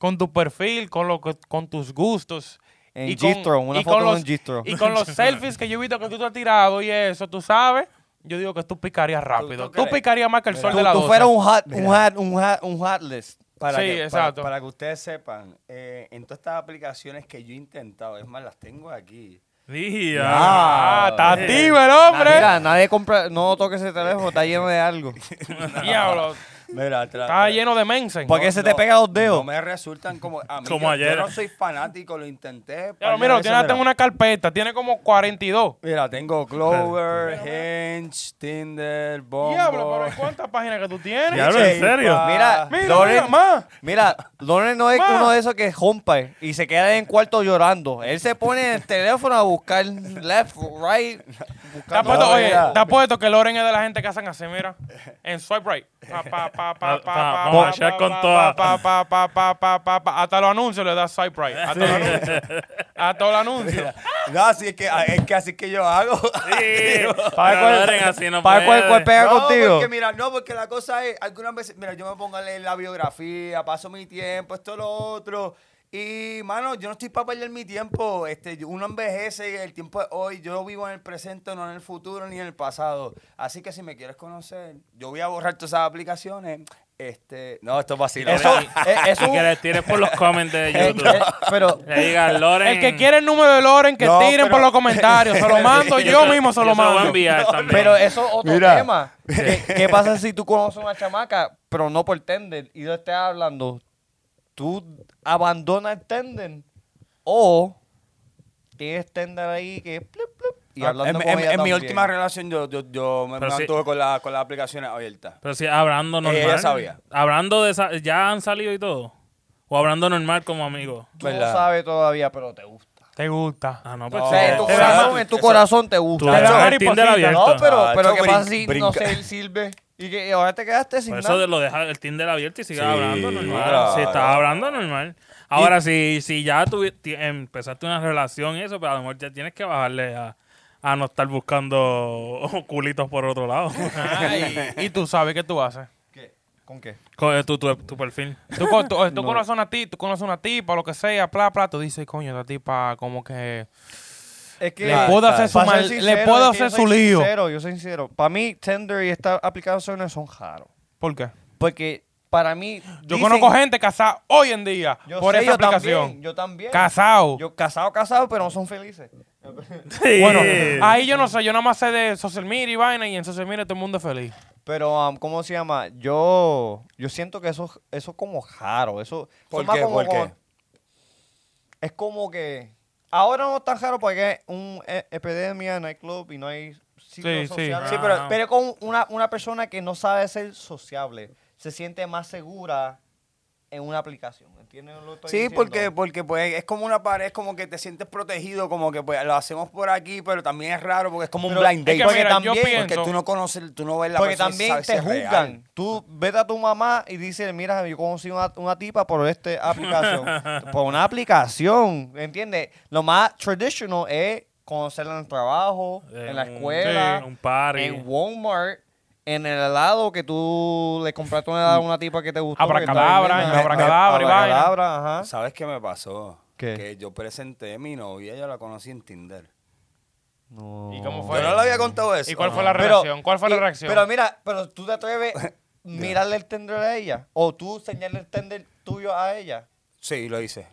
[SPEAKER 4] con tu perfil, con, lo, que- con tus gustos.
[SPEAKER 3] En
[SPEAKER 4] y con-
[SPEAKER 3] G-Tron, una
[SPEAKER 4] y con
[SPEAKER 3] foto de
[SPEAKER 4] los-
[SPEAKER 3] un G-Tron.
[SPEAKER 4] Y con los selfies que yo he visto que tú te has tirado y eso, tú sabes, yo digo que tú picarías rápido.
[SPEAKER 2] tú
[SPEAKER 4] Tú,
[SPEAKER 2] crees?
[SPEAKER 4] picarías más que el sol
[SPEAKER 3] tú,
[SPEAKER 4] de la
[SPEAKER 3] tú
[SPEAKER 4] doce.
[SPEAKER 3] fueras un hat, un hat, un hat, un hat list.
[SPEAKER 2] Para
[SPEAKER 4] Sí,
[SPEAKER 2] que, para-
[SPEAKER 4] exacto.
[SPEAKER 2] Para, que ustedes sepan, eh, en todas estas aplicaciones que yo he intentado, es más, las tengo aquí.
[SPEAKER 1] Día.
[SPEAKER 4] Ah, está
[SPEAKER 1] eh.
[SPEAKER 4] activo el hombre.
[SPEAKER 3] Mira, nadie compra, no toques ese teléfono, está lleno de algo.
[SPEAKER 4] Diablo,
[SPEAKER 2] Mira, te la-
[SPEAKER 4] está
[SPEAKER 2] te la-
[SPEAKER 4] lleno de mensen.
[SPEAKER 3] ¿Por qué se te pega los
[SPEAKER 2] No
[SPEAKER 3] dedos?
[SPEAKER 2] me resultan como. A mí,
[SPEAKER 1] Como
[SPEAKER 2] yo,
[SPEAKER 1] ayer.
[SPEAKER 2] Yo no soy fanático, lo intenté.
[SPEAKER 4] Diablo,
[SPEAKER 2] par de
[SPEAKER 4] mira, lo
[SPEAKER 2] veces,
[SPEAKER 4] tiene hasta en una carpeta, tiene como 42.
[SPEAKER 2] Mira, tengo Clover, Hinge, Tinder, Bumble.
[SPEAKER 4] Diablo, pero ¿y ¿cuántas páginas que tú tienes?
[SPEAKER 1] Diablo, ¿en serio?
[SPEAKER 3] pues, Mira,
[SPEAKER 4] Mira,
[SPEAKER 3] Loren-
[SPEAKER 4] mira, más.
[SPEAKER 3] Mira, Loren no es
[SPEAKER 4] Ma.
[SPEAKER 3] uno de esos que rompa y se queda en el cuarto llorando. Él se pone en el teléfono a buscar left, right.
[SPEAKER 4] Te
[SPEAKER 3] buscando-
[SPEAKER 4] apuesto,
[SPEAKER 2] No,
[SPEAKER 4] oye,
[SPEAKER 2] mira.
[SPEAKER 4] te apuesto que Loren es de la gente que hacen así, mira. En swipe right. Pa, pa, pa, pa, pa,
[SPEAKER 1] Pa- pa-
[SPEAKER 4] pa, Ah, pa,
[SPEAKER 1] vamos a
[SPEAKER 4] pa,
[SPEAKER 1] echar
[SPEAKER 4] pa,
[SPEAKER 1] con
[SPEAKER 4] pa,
[SPEAKER 1] toda.
[SPEAKER 4] pa, pa, pa, pa, pa, pa, pa. Hasta los anuncios le da swipe right. Hasta los anuncios. Hasta los anuncios.
[SPEAKER 2] No, así es que, es que así que yo hago.
[SPEAKER 1] Sí.
[SPEAKER 3] ¿Para
[SPEAKER 1] Pero
[SPEAKER 3] cuál-
[SPEAKER 1] Loren, así no
[SPEAKER 3] para cuál-
[SPEAKER 1] puede.
[SPEAKER 3] cuál pega
[SPEAKER 2] no,
[SPEAKER 3] contigo?
[SPEAKER 2] Porque, mira, no, porque la cosa es, algunas veces, mira, yo me pongo a leer la biografía, paso mi tiempo, esto, lo otro. Y, mano, yo no estoy para perder mi tiempo. Este, yo- uno envejece, el tiempo es hoy. Yo vivo en el presente, no en el futuro ni en el pasado. Así que si me quieres conocer, yo voy a borrar todas esas aplicaciones. Este, no, esto es vacilo.
[SPEAKER 3] Eso,
[SPEAKER 1] Y-
[SPEAKER 3] eh, eso-
[SPEAKER 1] Y que le tires por los comments de
[SPEAKER 3] eh, eh,
[SPEAKER 1] YouTube.
[SPEAKER 3] pero
[SPEAKER 1] Le digas, Loren.
[SPEAKER 4] El que quiere el número de Loren, que
[SPEAKER 2] No,
[SPEAKER 4] tiren por
[SPEAKER 2] pero-
[SPEAKER 4] los comentarios. Se lo mando, yo mismo se lo
[SPEAKER 1] voy a
[SPEAKER 4] mando.
[SPEAKER 1] enviar también.
[SPEAKER 3] Pero eso es otro
[SPEAKER 2] Mira.
[SPEAKER 3] tema. ¿Qué, qué pasa si tú conoces una chamaca, pero no por Tender, y no estás hablando? ¿Tú abandonas el Tender o tienes Tender ahí que es plip, plip, y
[SPEAKER 2] Ah,
[SPEAKER 3] hablando
[SPEAKER 2] en,
[SPEAKER 3] con
[SPEAKER 2] en-
[SPEAKER 3] ella
[SPEAKER 2] en mi
[SPEAKER 3] también?
[SPEAKER 2] última relación yo, yo, yo me
[SPEAKER 1] Pero sí.
[SPEAKER 2] mantuve con, la, con las aplicaciones abiertas.
[SPEAKER 1] Pero si hablando normal.
[SPEAKER 2] Ella sabía.
[SPEAKER 1] Hablando de esa, ya han salido y todo. O hablando normal como amigos.
[SPEAKER 3] Tú no
[SPEAKER 2] ¿Verdad?
[SPEAKER 3] sabes todavía, pero te gusta.
[SPEAKER 4] Te gusta.
[SPEAKER 1] Ah, no, pues
[SPEAKER 3] O sea, en tu
[SPEAKER 2] Oh.
[SPEAKER 1] sí.
[SPEAKER 3] corazón, en tu corazón te
[SPEAKER 1] Tú
[SPEAKER 3] gusta.
[SPEAKER 4] Te da
[SPEAKER 1] dejas el
[SPEAKER 4] mariposita,
[SPEAKER 1] Tinder abierto.
[SPEAKER 3] No, pero,
[SPEAKER 2] Ah,
[SPEAKER 3] pero
[SPEAKER 2] eso
[SPEAKER 3] ¿qué
[SPEAKER 2] brin-
[SPEAKER 3] pasa si no
[SPEAKER 2] brinca.
[SPEAKER 3] se sirve? Y que y ahora te quedaste sin
[SPEAKER 1] Por
[SPEAKER 3] nada.
[SPEAKER 1] eso lo deja el Tinder abierto y sigue
[SPEAKER 2] Sí,
[SPEAKER 1] hablando normal.
[SPEAKER 2] claro.
[SPEAKER 1] Si estás hablando normal. Ahora, si, si ya tuvi- ti- empezaste una relación y eso, pero a lo mejor ya tienes que bajarle a, a no estar buscando culitos por otro lado.
[SPEAKER 4] Ay, y tú sabes qué tú haces.
[SPEAKER 3] ¿Qué? ¿Con qué?
[SPEAKER 1] Con tu, tu, tu perfil.
[SPEAKER 4] Tú, con- tú, eh, tú conoces una ti- tú conoces una tipa, lo que sea, pla, pla, tú dices, coño, esta tipa como que...
[SPEAKER 3] Es que
[SPEAKER 4] Le puedo hacer su
[SPEAKER 3] Para ser
[SPEAKER 4] mal-
[SPEAKER 3] sincero,
[SPEAKER 4] le puedo
[SPEAKER 3] es
[SPEAKER 4] hacer
[SPEAKER 3] que yo
[SPEAKER 4] su
[SPEAKER 3] soy
[SPEAKER 4] lío.
[SPEAKER 3] Sincero, yo soy sincero. Para mí, Tinder y estas aplicaciones son raros.
[SPEAKER 4] ¿Por qué?
[SPEAKER 3] Porque para mí.
[SPEAKER 4] Yo
[SPEAKER 3] dicen-
[SPEAKER 4] conozco gente casada hoy en día
[SPEAKER 3] Yo
[SPEAKER 4] por
[SPEAKER 3] sé,
[SPEAKER 4] esa
[SPEAKER 3] yo
[SPEAKER 4] aplicación.
[SPEAKER 3] También, yo también.
[SPEAKER 4] Casado.
[SPEAKER 3] Yo casado, casado, pero no son felices.
[SPEAKER 4] Bueno, ah,
[SPEAKER 1] Sí.
[SPEAKER 4] ahí yo no sé, yo nada más sé de social media y vaina y en social media todo el mundo es feliz.
[SPEAKER 3] Pero, um, ¿cómo se llama? Yo yo siento que eso, eso es como raro. Eso,
[SPEAKER 2] ¿Por
[SPEAKER 3] eso más
[SPEAKER 2] qué?
[SPEAKER 3] como-
[SPEAKER 2] ¿Por qué?
[SPEAKER 3] como- es como que. Ahora no es tan raro porque es un e- epidemia, no hay club y no hay sitios
[SPEAKER 4] Sí, Ah. sí.
[SPEAKER 3] sociales.
[SPEAKER 1] Sí,
[SPEAKER 3] pero,
[SPEAKER 1] pero-
[SPEAKER 3] es como una, una persona que no sabe ser sociable. Se siente más segura en una aplicación. ¿Entiendes lo que estoy
[SPEAKER 2] Sí,
[SPEAKER 3] diciendo?
[SPEAKER 2] porque, porque pues, es como una pared, es como que te sientes protegido, como que pues, lo hacemos por aquí, pero también es raro porque es como
[SPEAKER 3] Pero
[SPEAKER 2] un blind
[SPEAKER 3] es
[SPEAKER 2] date.
[SPEAKER 3] que
[SPEAKER 2] porque
[SPEAKER 3] mira, yo
[SPEAKER 2] también, porque
[SPEAKER 4] pienso-
[SPEAKER 2] tú no conoces, tú no ves la
[SPEAKER 3] Porque
[SPEAKER 2] persona y
[SPEAKER 3] también
[SPEAKER 2] sabes si
[SPEAKER 3] te
[SPEAKER 2] es real.
[SPEAKER 3] juzgan. Tú vete a tu mamá y dices, mira, yo conocí una, una tipa por esta aplicación. por una aplicación, ¿entiendes? Lo más traditional es conocerla en el trabajo,
[SPEAKER 1] Eh,
[SPEAKER 3] en la
[SPEAKER 1] un-
[SPEAKER 3] escuela,
[SPEAKER 1] sí, un party.
[SPEAKER 3] en Walmart, en el helado que tú le compraste un helado a una tipa que te gustó. porque estaba
[SPEAKER 4] Abracadabra,
[SPEAKER 3] bien
[SPEAKER 4] en
[SPEAKER 3] linda.
[SPEAKER 4] abracadabra y vaina.
[SPEAKER 3] Abracadabra, ajá.
[SPEAKER 2] ¿Sabes qué me pasó?
[SPEAKER 3] ¿Ah? ¿Qué?
[SPEAKER 2] Que yo presenté a mi novia, yo la conocí en Tinder.
[SPEAKER 3] No.
[SPEAKER 4] ¿Y cómo
[SPEAKER 2] Oh. Yo no le había contado eso.
[SPEAKER 4] ¿Y cuál
[SPEAKER 2] ¿no?
[SPEAKER 4] fue la reacción? ¿Cuál fue la
[SPEAKER 3] y-
[SPEAKER 4] reacción?
[SPEAKER 3] Pero mira, pero tú te atreves a mirarle el tender a ella o tú señalarle el tender tuyos a ella?
[SPEAKER 2] Sí, lo hice.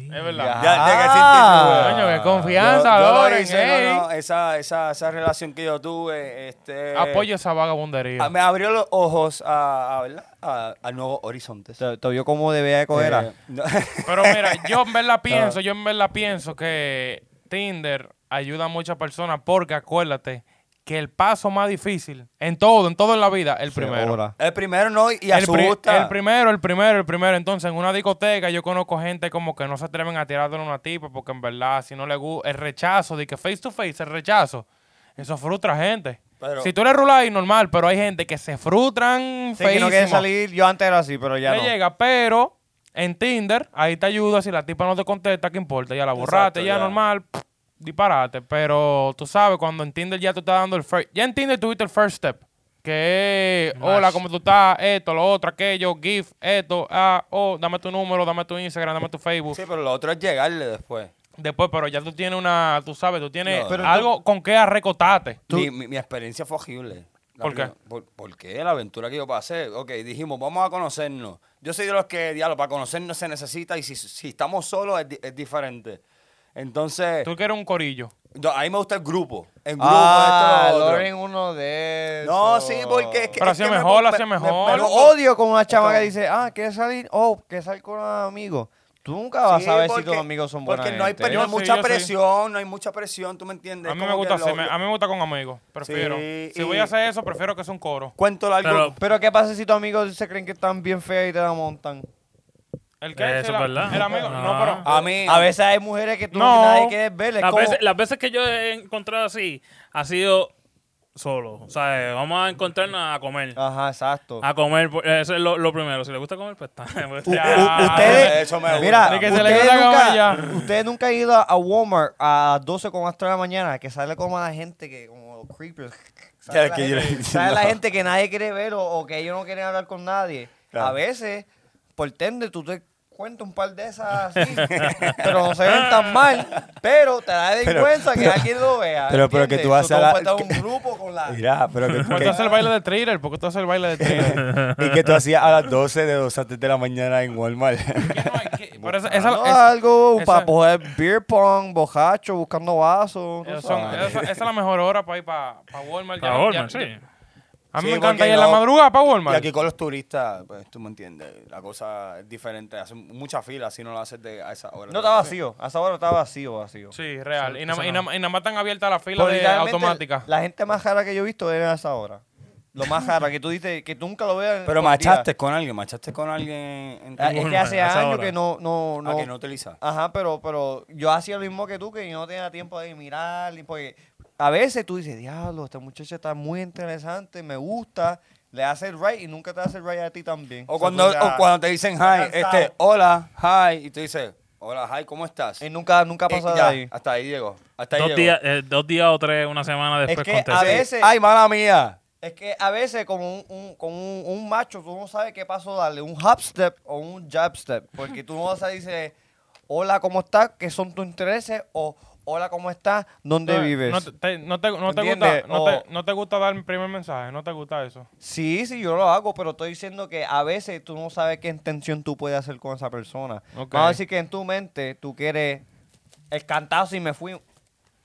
[SPEAKER 4] Es verdad.
[SPEAKER 3] Ya.
[SPEAKER 2] Ya, ya que
[SPEAKER 3] Ah,
[SPEAKER 2] existe-
[SPEAKER 4] coño, qué confianza,
[SPEAKER 2] Yo- yo lo
[SPEAKER 4] Loren,
[SPEAKER 2] hice,
[SPEAKER 4] ey.
[SPEAKER 2] no, no, esa, esa, esa relación que yo tuve, este...
[SPEAKER 4] Apoyo esa vagabundería.
[SPEAKER 2] Ah, Me abrió los ojos a, a, ¿verdad? a, a nuevos horizontes.
[SPEAKER 3] ¿Te, te vio cómo debía de coger? ah.
[SPEAKER 2] Eh, no.
[SPEAKER 4] Pero mira, yo en verdad pienso, yo en verdad pienso que Tinder ayuda a muchas personas porque acuérdate que el paso más difícil en todo, en todo en la vida, el primero.
[SPEAKER 3] Ahora.
[SPEAKER 2] el primero no, y
[SPEAKER 4] El, pri-
[SPEAKER 2] asusta.
[SPEAKER 4] el primero, el primero, el primero. Entonces, en una discoteca yo conozco gente como que no se atreven a tirarle a una tipa porque en verdad, si no le gusta, el rechazo, de que face to face, el rechazo, eso frustra gente.
[SPEAKER 2] Pero-
[SPEAKER 4] si tú eres rural y normal, pero hay gente que se frustran
[SPEAKER 3] Sí, que no quiere
[SPEAKER 4] feísimo.
[SPEAKER 3] salir. Yo antes era así, pero ya
[SPEAKER 4] le
[SPEAKER 3] no.
[SPEAKER 4] llega, pero en Tinder, ahí te ayuda. Si la tipa no te contesta, ¿qué importa? Ya la borraste, ya,
[SPEAKER 2] ya.
[SPEAKER 4] normal, pff, disparate. Pero tú sabes, cuando en Tinder ya tú estás dando el first. Ya en Tinder tuviste el first step. Que es, hola, ¿cómo tú estás? Esto, lo otro, aquello, GIF, esto, ah, oh, dame tu número, dame tu Instagram, dame tu Facebook.
[SPEAKER 2] Sí, pero lo otro es llegarle después.
[SPEAKER 4] Después, pero ya tú tienes una, tú sabes, tú tienes
[SPEAKER 2] No.
[SPEAKER 3] Pero
[SPEAKER 4] algo con que arrecotarte.
[SPEAKER 2] Mi, mi- mi experiencia fue horrible. La
[SPEAKER 4] ¿Por qué?
[SPEAKER 2] prim- por- porque la aventura que yo pasé. Ok, dijimos, vamos a conocernos. Yo soy de los que, diablo, para conocernos se necesita y si, si estamos solos es, di- es diferente. Entonces,
[SPEAKER 4] Tú que eres un corillo.
[SPEAKER 2] yo- a mí me gusta el grupo. El grupo,
[SPEAKER 3] Ah,
[SPEAKER 2] esto, lo otro.
[SPEAKER 3] Loren uno de esos.
[SPEAKER 2] No, sí, porque es que.
[SPEAKER 4] Pero
[SPEAKER 2] es
[SPEAKER 4] hacía
[SPEAKER 2] que me
[SPEAKER 4] mejor,
[SPEAKER 2] pon-
[SPEAKER 4] hacía
[SPEAKER 2] me- me-
[SPEAKER 4] mejor.
[SPEAKER 2] me-
[SPEAKER 3] Yo odio con una chama que dice, ah, ¿quieres salir? Oh, que salir con un amigo. Tú nunca vas
[SPEAKER 2] Sí,
[SPEAKER 3] a ver si
[SPEAKER 2] porque-
[SPEAKER 3] tus amigos son ¿eh? buenos.
[SPEAKER 2] Porque no hay,
[SPEAKER 4] gente.
[SPEAKER 2] no hay
[SPEAKER 4] Yo sí,
[SPEAKER 2] mucha
[SPEAKER 4] yo sí.
[SPEAKER 2] presión, no hay mucha presión, ¿tú me entiendes?
[SPEAKER 4] A mí
[SPEAKER 2] Como
[SPEAKER 4] me
[SPEAKER 2] que
[SPEAKER 4] gusta
[SPEAKER 2] lo-
[SPEAKER 4] hacer- me-
[SPEAKER 2] lo-
[SPEAKER 4] a mí me gusta con amigos, prefiero.
[SPEAKER 2] Sí,
[SPEAKER 4] si
[SPEAKER 2] y-
[SPEAKER 4] voy a hacer eso, prefiero que sea un coro.
[SPEAKER 2] Cuento largo.
[SPEAKER 1] Pero-
[SPEAKER 3] Pero ¿qué pasa si tus amigos se creen que están bien feas y te la montan?
[SPEAKER 4] ¿El qué?
[SPEAKER 1] Eso es
[SPEAKER 4] Sí, la-
[SPEAKER 1] verdad.
[SPEAKER 4] El amigo, no,
[SPEAKER 1] Ah.
[SPEAKER 4] pero...
[SPEAKER 2] a mí.
[SPEAKER 3] A veces hay mujeres que tú
[SPEAKER 4] No.
[SPEAKER 3] nadie quieres ver. Es
[SPEAKER 1] Las,
[SPEAKER 3] como-
[SPEAKER 1] veces, las veces que yo he encontrado así, ha sido solo. O sea, eh, vamos a encontrarnos a comer.
[SPEAKER 2] Ah,
[SPEAKER 3] Ajá, exacto.
[SPEAKER 1] A comer, pues, eso es lo, lo primero. Si le gusta comer, pues está.
[SPEAKER 2] Uh,
[SPEAKER 1] Pues,
[SPEAKER 3] U-
[SPEAKER 1] ya.
[SPEAKER 4] Ya.
[SPEAKER 3] u- ustedes,
[SPEAKER 2] Ah, Eso me gusta.
[SPEAKER 3] mira,
[SPEAKER 2] Ni
[SPEAKER 4] que se le
[SPEAKER 3] ustedes,
[SPEAKER 4] quede la
[SPEAKER 3] nunca,
[SPEAKER 4] caballa.
[SPEAKER 3] ustedes nunca han ido a Walmart a 12,3 de la mañana, que sale como la gente que, como los creepers. Sale,
[SPEAKER 2] Ya,
[SPEAKER 3] la,
[SPEAKER 2] que yo-
[SPEAKER 3] gente, sale la
[SPEAKER 2] no.
[SPEAKER 3] gente que nadie quiere ver o, o que ellos no quieren hablar con nadie.
[SPEAKER 2] Claro.
[SPEAKER 3] A veces, por tender, tú te cuentas un par de esas así, pero no se ven tan mal, pero te da vergüenza que alguien lo vea.
[SPEAKER 2] pero- pero que
[SPEAKER 3] ¿entiendes?
[SPEAKER 2] tú vas a la-
[SPEAKER 3] puedes estar en un grupo con la...
[SPEAKER 2] Mira, pero que,
[SPEAKER 4] ¿Por qué tú haces el baile de thriller? ¿Por qué tú haces el baile de thriller?
[SPEAKER 2] y que tú hacías a las 12 de 2 a 3 de la mañana en Walmart.
[SPEAKER 4] ¿Qué no hay? ¿Qué? Pero esa- esa-
[SPEAKER 3] Buscando
[SPEAKER 4] esa-
[SPEAKER 3] algo
[SPEAKER 4] esa-
[SPEAKER 3] para poder beer pong, bojacho, buscando vasos. tú
[SPEAKER 4] esas son-
[SPEAKER 3] sabes.
[SPEAKER 4] esa- esa es la mejor hora para ir para Walmart. ya-
[SPEAKER 1] Para Walmart,
[SPEAKER 4] ya-
[SPEAKER 1] sí.
[SPEAKER 4] ya- A mí
[SPEAKER 2] Sí,
[SPEAKER 4] me encanta
[SPEAKER 2] porque
[SPEAKER 4] ir en la
[SPEAKER 2] no-
[SPEAKER 4] madrugada para
[SPEAKER 2] Y
[SPEAKER 4] Walmart.
[SPEAKER 2] aquí con los turistas, pues tú me entiendes, la cosa es diferente. Hacen mucha fila si no lo haces de, a esa hora.
[SPEAKER 3] No está vacío. A esa hora está vacío, vacío.
[SPEAKER 4] Sí, real. Y
[SPEAKER 1] Sí,
[SPEAKER 4] nada
[SPEAKER 1] esa
[SPEAKER 4] y
[SPEAKER 1] no.
[SPEAKER 4] nada- y nada más están abiertas las filas
[SPEAKER 3] Pero
[SPEAKER 4] de
[SPEAKER 3] literalmente,
[SPEAKER 4] automática.
[SPEAKER 3] La gente más rara que yo he visto era a esa hora. Lo más rara que tú dices, que tú nunca lo veas.
[SPEAKER 2] Pero
[SPEAKER 3] por día.
[SPEAKER 2] machaste con alguien, machaste con alguien en tu
[SPEAKER 3] Ah, Es que hace
[SPEAKER 1] A esa
[SPEAKER 3] años
[SPEAKER 1] hora.
[SPEAKER 3] que no, no,
[SPEAKER 2] Ah,
[SPEAKER 3] no.
[SPEAKER 2] que no utilizas.
[SPEAKER 3] Ajá, pero, pero yo hacía lo mismo que tú, que yo no tenía tiempo de mirar. ni- Porque a veces tú dices, diablo, esta muchacha está muy interesante, me gusta, le hace el right y nunca te hace el right a ti también.
[SPEAKER 2] O cuando,
[SPEAKER 3] tú ya-
[SPEAKER 2] o cuando te dicen hi,
[SPEAKER 3] cansado.
[SPEAKER 2] este, hola, hi, y tú dices, hola, hi, ¿cómo estás?
[SPEAKER 3] Y nunca, nunca
[SPEAKER 2] Eh,
[SPEAKER 3] pasa de
[SPEAKER 2] ya,
[SPEAKER 3] ahí.
[SPEAKER 2] Hasta ahí llegó. Hasta ahí
[SPEAKER 1] Dos,
[SPEAKER 2] llegó.
[SPEAKER 1] días, eh, dos días o tres, una semana después
[SPEAKER 3] que
[SPEAKER 2] Sí.
[SPEAKER 3] a
[SPEAKER 1] contesta.
[SPEAKER 3] veces-
[SPEAKER 2] Ay, mala mía.
[SPEAKER 3] Es que a veces como un, un- como un, un macho tú no sabes qué paso darle, un hop step o un jab step, porque tú no vas a decir, hola, ¿cómo estás? ¿Qué son tus intereses? O hola, ¿cómo estás? ¿Dónde
[SPEAKER 4] No,
[SPEAKER 3] vives?
[SPEAKER 4] No te, te- no te- no te gusta,
[SPEAKER 3] ¿Entiendes?
[SPEAKER 4] no, te,
[SPEAKER 3] O-
[SPEAKER 4] no te gusta dar mi primer mensaje, no te gusta eso.
[SPEAKER 3] Sí, sí, yo lo hago, pero estoy diciendo que a veces tú no sabes qué intención tú puedes hacer con esa persona.
[SPEAKER 4] Ok.
[SPEAKER 3] Vamos a decir que en tu mente tú quieres el cantazo y me fui.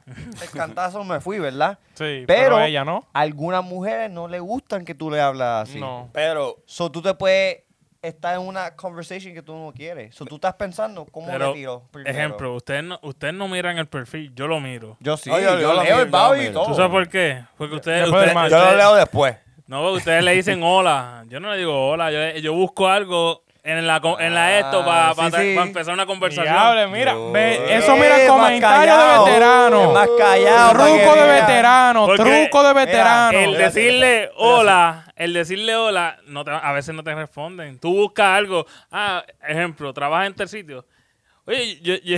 [SPEAKER 3] El cantazo me fui, ¿verdad?
[SPEAKER 4] Sí,
[SPEAKER 3] Pero,
[SPEAKER 4] pero a ella no.
[SPEAKER 3] a algunas mujeres no le gustan que tú le hablas así.
[SPEAKER 4] No.
[SPEAKER 2] Pero,
[SPEAKER 3] So, tú te puedes estar en una conversation que tú no quieres. So, tú estás pensando cómo
[SPEAKER 1] Pero,
[SPEAKER 3] le tiro primero.
[SPEAKER 1] ejemplo, ustedes no, ustedes no miran el perfil, yo lo miro.
[SPEAKER 3] Yo sí,
[SPEAKER 2] Oye,
[SPEAKER 3] Oh, yo,
[SPEAKER 2] yo lo
[SPEAKER 3] leo el
[SPEAKER 2] miro,
[SPEAKER 3] bio
[SPEAKER 2] yo lo
[SPEAKER 3] y
[SPEAKER 2] miro.
[SPEAKER 3] todo.
[SPEAKER 1] ¿Tú sabes por qué? Porque ustedes,
[SPEAKER 4] Después del
[SPEAKER 1] ustedes-
[SPEAKER 4] match.
[SPEAKER 2] yo lo
[SPEAKER 1] ustedes-
[SPEAKER 2] leo después.
[SPEAKER 1] No, ustedes le dicen hola. Yo no le digo hola. Yo, yo busco algo en la, co- en la esto
[SPEAKER 3] Ah,
[SPEAKER 1] para
[SPEAKER 3] sí, sí.
[SPEAKER 1] empezar una conversación.
[SPEAKER 4] Diable, mira. ve-
[SPEAKER 2] Yo-
[SPEAKER 4] eso mira
[SPEAKER 3] Eh, más
[SPEAKER 4] comentario
[SPEAKER 3] callado, Eh,
[SPEAKER 4] de veterano.
[SPEAKER 3] más callado, para que
[SPEAKER 4] Truco de
[SPEAKER 3] vean.
[SPEAKER 4] veterano,
[SPEAKER 1] Porque-
[SPEAKER 4] truco de veterano.
[SPEAKER 1] el decirle hola, el decirle hola, no te- a veces no te responden. Tú buscas algo. Ah, ejemplo, trabajas en tal sitio. Oye, yo, yo-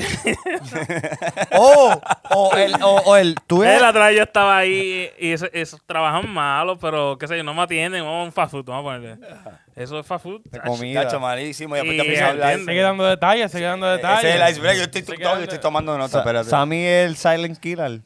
[SPEAKER 3] Oh, o el, o, o el, tú
[SPEAKER 2] Pues,
[SPEAKER 3] eres-
[SPEAKER 1] la otra vez yo estaba ahí y eso- esos trabajan malos, pero qué sé yo, no me atienden. Vamos a un fast food, vamos a ponerle. Eso es fast food.
[SPEAKER 3] De
[SPEAKER 1] tacho.
[SPEAKER 3] comida.
[SPEAKER 2] Tacho, malísimo. Y después
[SPEAKER 1] Y
[SPEAKER 2] te empiezas a hablar.
[SPEAKER 1] entiende.
[SPEAKER 4] Sigue dando detalles, sigue dando detalles.
[SPEAKER 2] Ese es el iceberg. Yo estoy,
[SPEAKER 4] Sigue
[SPEAKER 2] yo
[SPEAKER 4] dando-
[SPEAKER 2] estoy tomando nota,
[SPEAKER 3] Sa-
[SPEAKER 2] espérate.
[SPEAKER 3] Sammy es el silent killer.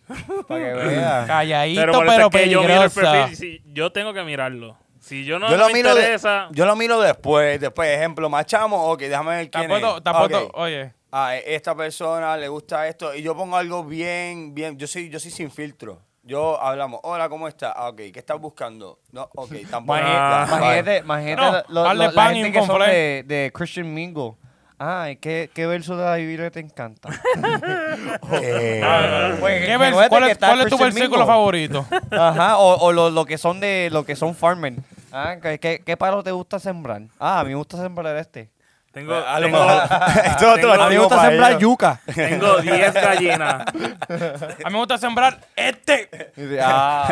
[SPEAKER 3] Para que veas.
[SPEAKER 4] Calladito,
[SPEAKER 1] Pero
[SPEAKER 4] pero,
[SPEAKER 1] por eso es que yo miro el
[SPEAKER 4] peligrosa.
[SPEAKER 1] perfil. sí, yo tengo que mirarlo. Si yo no
[SPEAKER 2] yo, lo
[SPEAKER 1] me
[SPEAKER 2] miro de-
[SPEAKER 1] interesa,
[SPEAKER 2] yo lo miro después. Después, ejemplo, machamo, ok, déjame ver quién
[SPEAKER 4] Tampoco,
[SPEAKER 2] es.
[SPEAKER 4] tampoco,
[SPEAKER 2] Ok.
[SPEAKER 4] oye.
[SPEAKER 2] a esta persona le gusta esto y yo pongo algo bien, bien, yo soy, yo soy sin filtro. Yo hablamos, hola, ¿cómo está? Ah, ok, ¿qué estás buscando? No, ok, tampoco.
[SPEAKER 1] Ah,
[SPEAKER 2] Ya, vale.
[SPEAKER 3] Imagínate, imagínate
[SPEAKER 4] No,
[SPEAKER 3] la- lo-
[SPEAKER 4] hazle
[SPEAKER 3] lo- la
[SPEAKER 4] pan y
[SPEAKER 3] gente
[SPEAKER 4] un
[SPEAKER 3] que son
[SPEAKER 4] conflé.
[SPEAKER 3] de, de Christian Mingle. Ay, ¿qué, qué verso de la Biblia te encanta?
[SPEAKER 2] Eh,
[SPEAKER 1] Ah,
[SPEAKER 3] Pues,
[SPEAKER 4] ¿Qué vers-
[SPEAKER 3] recuerda
[SPEAKER 4] ¿Cuál
[SPEAKER 3] que
[SPEAKER 4] es,
[SPEAKER 3] está
[SPEAKER 4] cuál es tu
[SPEAKER 3] Christian
[SPEAKER 4] versículo
[SPEAKER 3] Mingle.
[SPEAKER 4] favorito?
[SPEAKER 3] Ajá, o, o lo, lo que son de lo que son farmen. Ah, ¿qué, qué, qué palo te gusta sembrar? Ah, a mí me gusta sembrar este.
[SPEAKER 1] tengo,
[SPEAKER 2] a lo
[SPEAKER 1] tengo,
[SPEAKER 2] mejor. Esto te lo
[SPEAKER 1] tengo-
[SPEAKER 3] A mí me
[SPEAKER 2] digo
[SPEAKER 3] gusta
[SPEAKER 2] para
[SPEAKER 3] sembrar
[SPEAKER 2] ellos.
[SPEAKER 3] yuca.
[SPEAKER 1] tengo 10 gallinas.
[SPEAKER 4] A mí me gusta sembrar este
[SPEAKER 3] Ah,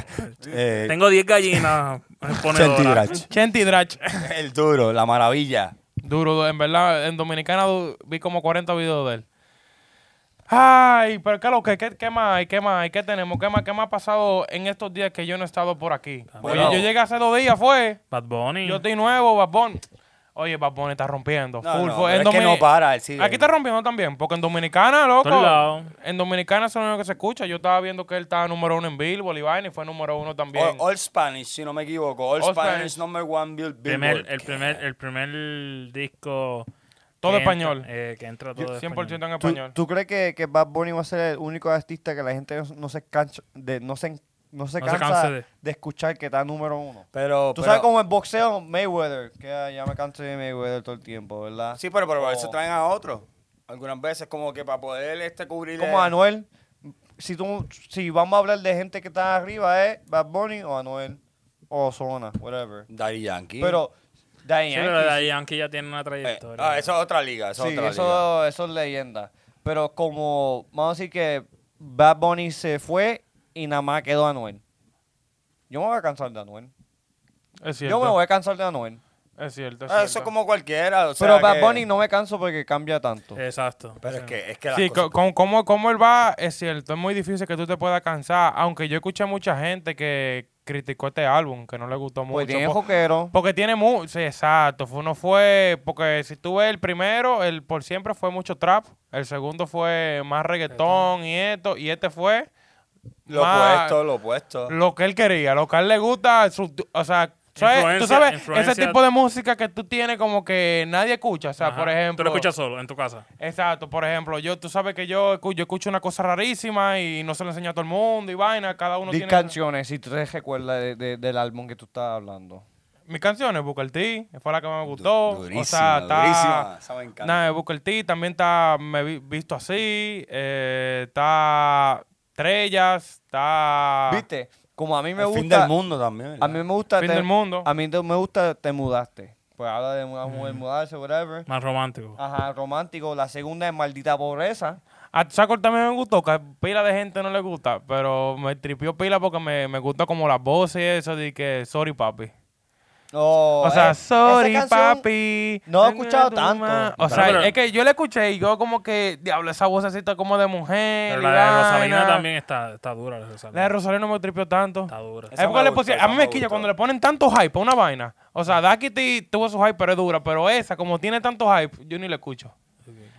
[SPEAKER 2] Eh,
[SPEAKER 1] tengo 10 gallinas.
[SPEAKER 2] Chenti
[SPEAKER 1] ponedoras.
[SPEAKER 2] Drach.
[SPEAKER 4] Chenti Drach.
[SPEAKER 2] El duro, la maravilla.
[SPEAKER 4] Duro, du- en verdad, en Dominicana du- vi como 40 videos de él. Ay, pero ¿qué, lo que, qué, qué más hay? ¿Qué más hay? ¿Qué tenemos? ¿Qué más, ¿Qué más ha pasado en estos días que yo no he estado por aquí? Oye,
[SPEAKER 2] Ah, Bueno.
[SPEAKER 4] yo llegué hace dos días, fue.
[SPEAKER 1] Bad Bunny.
[SPEAKER 4] Yo estoy nuevo, Babón. Oye, Babón está rompiendo.
[SPEAKER 2] No,
[SPEAKER 4] full,
[SPEAKER 2] no,
[SPEAKER 4] full.
[SPEAKER 2] pero
[SPEAKER 4] En
[SPEAKER 2] es que
[SPEAKER 4] Domini-
[SPEAKER 2] no para, él sigue.
[SPEAKER 4] Aquí está rompiendo también, porque en Dominicana,
[SPEAKER 1] Todos
[SPEAKER 4] loco.
[SPEAKER 1] lados.
[SPEAKER 4] En Dominicana eso es lo único que se escucha. Yo estaba viendo que él estaba número uno en Billboard y vaina, y fue número uno también.
[SPEAKER 2] All, All Spanish, si no me equivoco. All,
[SPEAKER 4] All
[SPEAKER 2] Spanish,
[SPEAKER 4] Spanish.
[SPEAKER 2] number one bill-
[SPEAKER 1] Primer-
[SPEAKER 2] billboard.
[SPEAKER 1] el, primer, el primer disco.
[SPEAKER 4] Todo
[SPEAKER 1] que
[SPEAKER 4] español.
[SPEAKER 1] entra- eh, que entra todo
[SPEAKER 4] 100% en
[SPEAKER 1] español.
[SPEAKER 3] ¿tú,
[SPEAKER 4] español.
[SPEAKER 3] tú crees que, que Bad Bunny va a ser el único artista que la gente no, no se cancha, de, no se, no se
[SPEAKER 1] No se
[SPEAKER 3] cansa
[SPEAKER 1] canse
[SPEAKER 3] de...
[SPEAKER 1] de-
[SPEAKER 3] escuchar que está número uno?
[SPEAKER 2] Oh, Pero,
[SPEAKER 3] Tú
[SPEAKER 2] pero-
[SPEAKER 3] sabes cómo es boxeo Mayweather, que ah, ya me canso de Mayweather todo el tiempo, ¿verdad?
[SPEAKER 2] Sí, pero, pero por eso
[SPEAKER 3] Oh.
[SPEAKER 2] traen a otro. Algunas veces, como que para poder este, cubrir.
[SPEAKER 3] Como Anuel. Si, tú, si vamos a hablar de gente que está arriba, es Bad Bunny o Anuel o Zona, whatever.
[SPEAKER 2] Daddy Yankee.
[SPEAKER 3] Pero, Daddy
[SPEAKER 1] Sí, pero
[SPEAKER 3] Yankee,
[SPEAKER 1] Daddy Yankee ya tiene una
[SPEAKER 2] Eh,
[SPEAKER 1] trayectoria.
[SPEAKER 2] ah, eso es otra liga. Eso es
[SPEAKER 3] sí,
[SPEAKER 2] otra liga. Ah,
[SPEAKER 3] eso, eso es leyenda. Pero como, vamos a decir que Bad Bunny se fue y nada más quedó Anuel. Yo me voy a cansar de Anuel.
[SPEAKER 4] Es cierto.
[SPEAKER 3] Yo me voy a cansar de Anuel.
[SPEAKER 4] Es cierto. Es
[SPEAKER 2] Ah, eso
[SPEAKER 4] cierto.
[SPEAKER 2] es como cualquiera. o sea
[SPEAKER 3] pero Bad
[SPEAKER 2] que-
[SPEAKER 3] Bunny no me canso porque cambia tanto.
[SPEAKER 4] Eh,
[SPEAKER 1] Exacto.
[SPEAKER 2] Pero es
[SPEAKER 1] Sí.
[SPEAKER 2] que, es que las
[SPEAKER 4] Sí,
[SPEAKER 2] cosas-
[SPEAKER 4] co- con, cómo, cómo él va, es cierto. Es muy difícil que tú te puedas cansar. Aunque yo escuché mucha gente que criticó este álbum, que no le gustó mucho.
[SPEAKER 3] pues tiene
[SPEAKER 4] po-
[SPEAKER 3] joquero.
[SPEAKER 4] porque tiene mucho. exacto. Fue, uno fue. Porque si tú ves el primero, el por siempre fue mucho trap. El segundo fue más reggaetón y esto. Y este fue
[SPEAKER 2] Lo
[SPEAKER 4] más-
[SPEAKER 2] opuesto, lo opuesto.
[SPEAKER 4] lo que él quería, lo que a él le gusta, su- o sea, ¿sabes? tú
[SPEAKER 1] Influencia-
[SPEAKER 4] sabes,
[SPEAKER 1] influencia-
[SPEAKER 4] ese tipo de música que tú tienes como que nadie escucha, o sea,
[SPEAKER 1] Ajá.
[SPEAKER 4] por ejemplo...
[SPEAKER 1] Tú lo escuchas solo, en tu casa.
[SPEAKER 4] Exacto, por ejemplo, yo, tú sabes que yo, escu- yo escucho una cosa rarísima y no se la enseño a todo el mundo y vaina, cada uno
[SPEAKER 3] Di
[SPEAKER 4] tiene...
[SPEAKER 3] canciones si tú te recuerdas de- de- del álbum que tú estabas hablando.
[SPEAKER 4] Mis canciones, Booker T, fue la que más me gustó.
[SPEAKER 2] durísima,
[SPEAKER 4] o sea, está...
[SPEAKER 2] durísima, esa me encanta.
[SPEAKER 4] Nada, Booker T también está Me Vi- Visto Así, eh, está Estrellas, está...
[SPEAKER 3] ¿Viste? Como a mí me
[SPEAKER 2] Ah. el
[SPEAKER 3] gusta.
[SPEAKER 2] fin del mundo también. ¿verdad?
[SPEAKER 3] A mí me gusta.
[SPEAKER 4] Fin del mundo. Mm.
[SPEAKER 3] A mí te- me gusta Te Mudaste. Pues habla de una mujer mudarse, whatever.
[SPEAKER 1] Más romántico.
[SPEAKER 4] Ah,
[SPEAKER 3] Ajá, romántico. La segunda es Maldita Pobreza.
[SPEAKER 4] A Sacor Ah, también me gustó, que a pila de gente no le gusta, pero me tripió pila porque me, me gusta como las voces y eso de que sorry papi.
[SPEAKER 3] No,
[SPEAKER 4] o sea,
[SPEAKER 3] eh,
[SPEAKER 4] sorry
[SPEAKER 3] esa canción-
[SPEAKER 4] papi.
[SPEAKER 3] no he escuchado tanto.
[SPEAKER 4] O sea,
[SPEAKER 1] Pero-
[SPEAKER 4] es que yo la escuché y yo como que, diablo, esa vocecita como de mujer.
[SPEAKER 1] Pero
[SPEAKER 4] y
[SPEAKER 1] la de Rosalina
[SPEAKER 4] vaina.
[SPEAKER 1] también está, está dura. La de Rosalina.
[SPEAKER 4] La de Rosalina no me tripió tanto.
[SPEAKER 1] está dura.
[SPEAKER 4] Es
[SPEAKER 2] Esa
[SPEAKER 4] porque
[SPEAKER 2] me
[SPEAKER 4] le
[SPEAKER 2] gustó,
[SPEAKER 4] pusieron-
[SPEAKER 2] esa
[SPEAKER 4] a mí
[SPEAKER 2] me
[SPEAKER 4] me quilla
[SPEAKER 2] gustó.
[SPEAKER 4] cuando le ponen tanto hype a una vaina. O sea, Ducky T tuvo su hype, pero es dura. Pero esa, como tiene tanto hype, yo ni la escucho.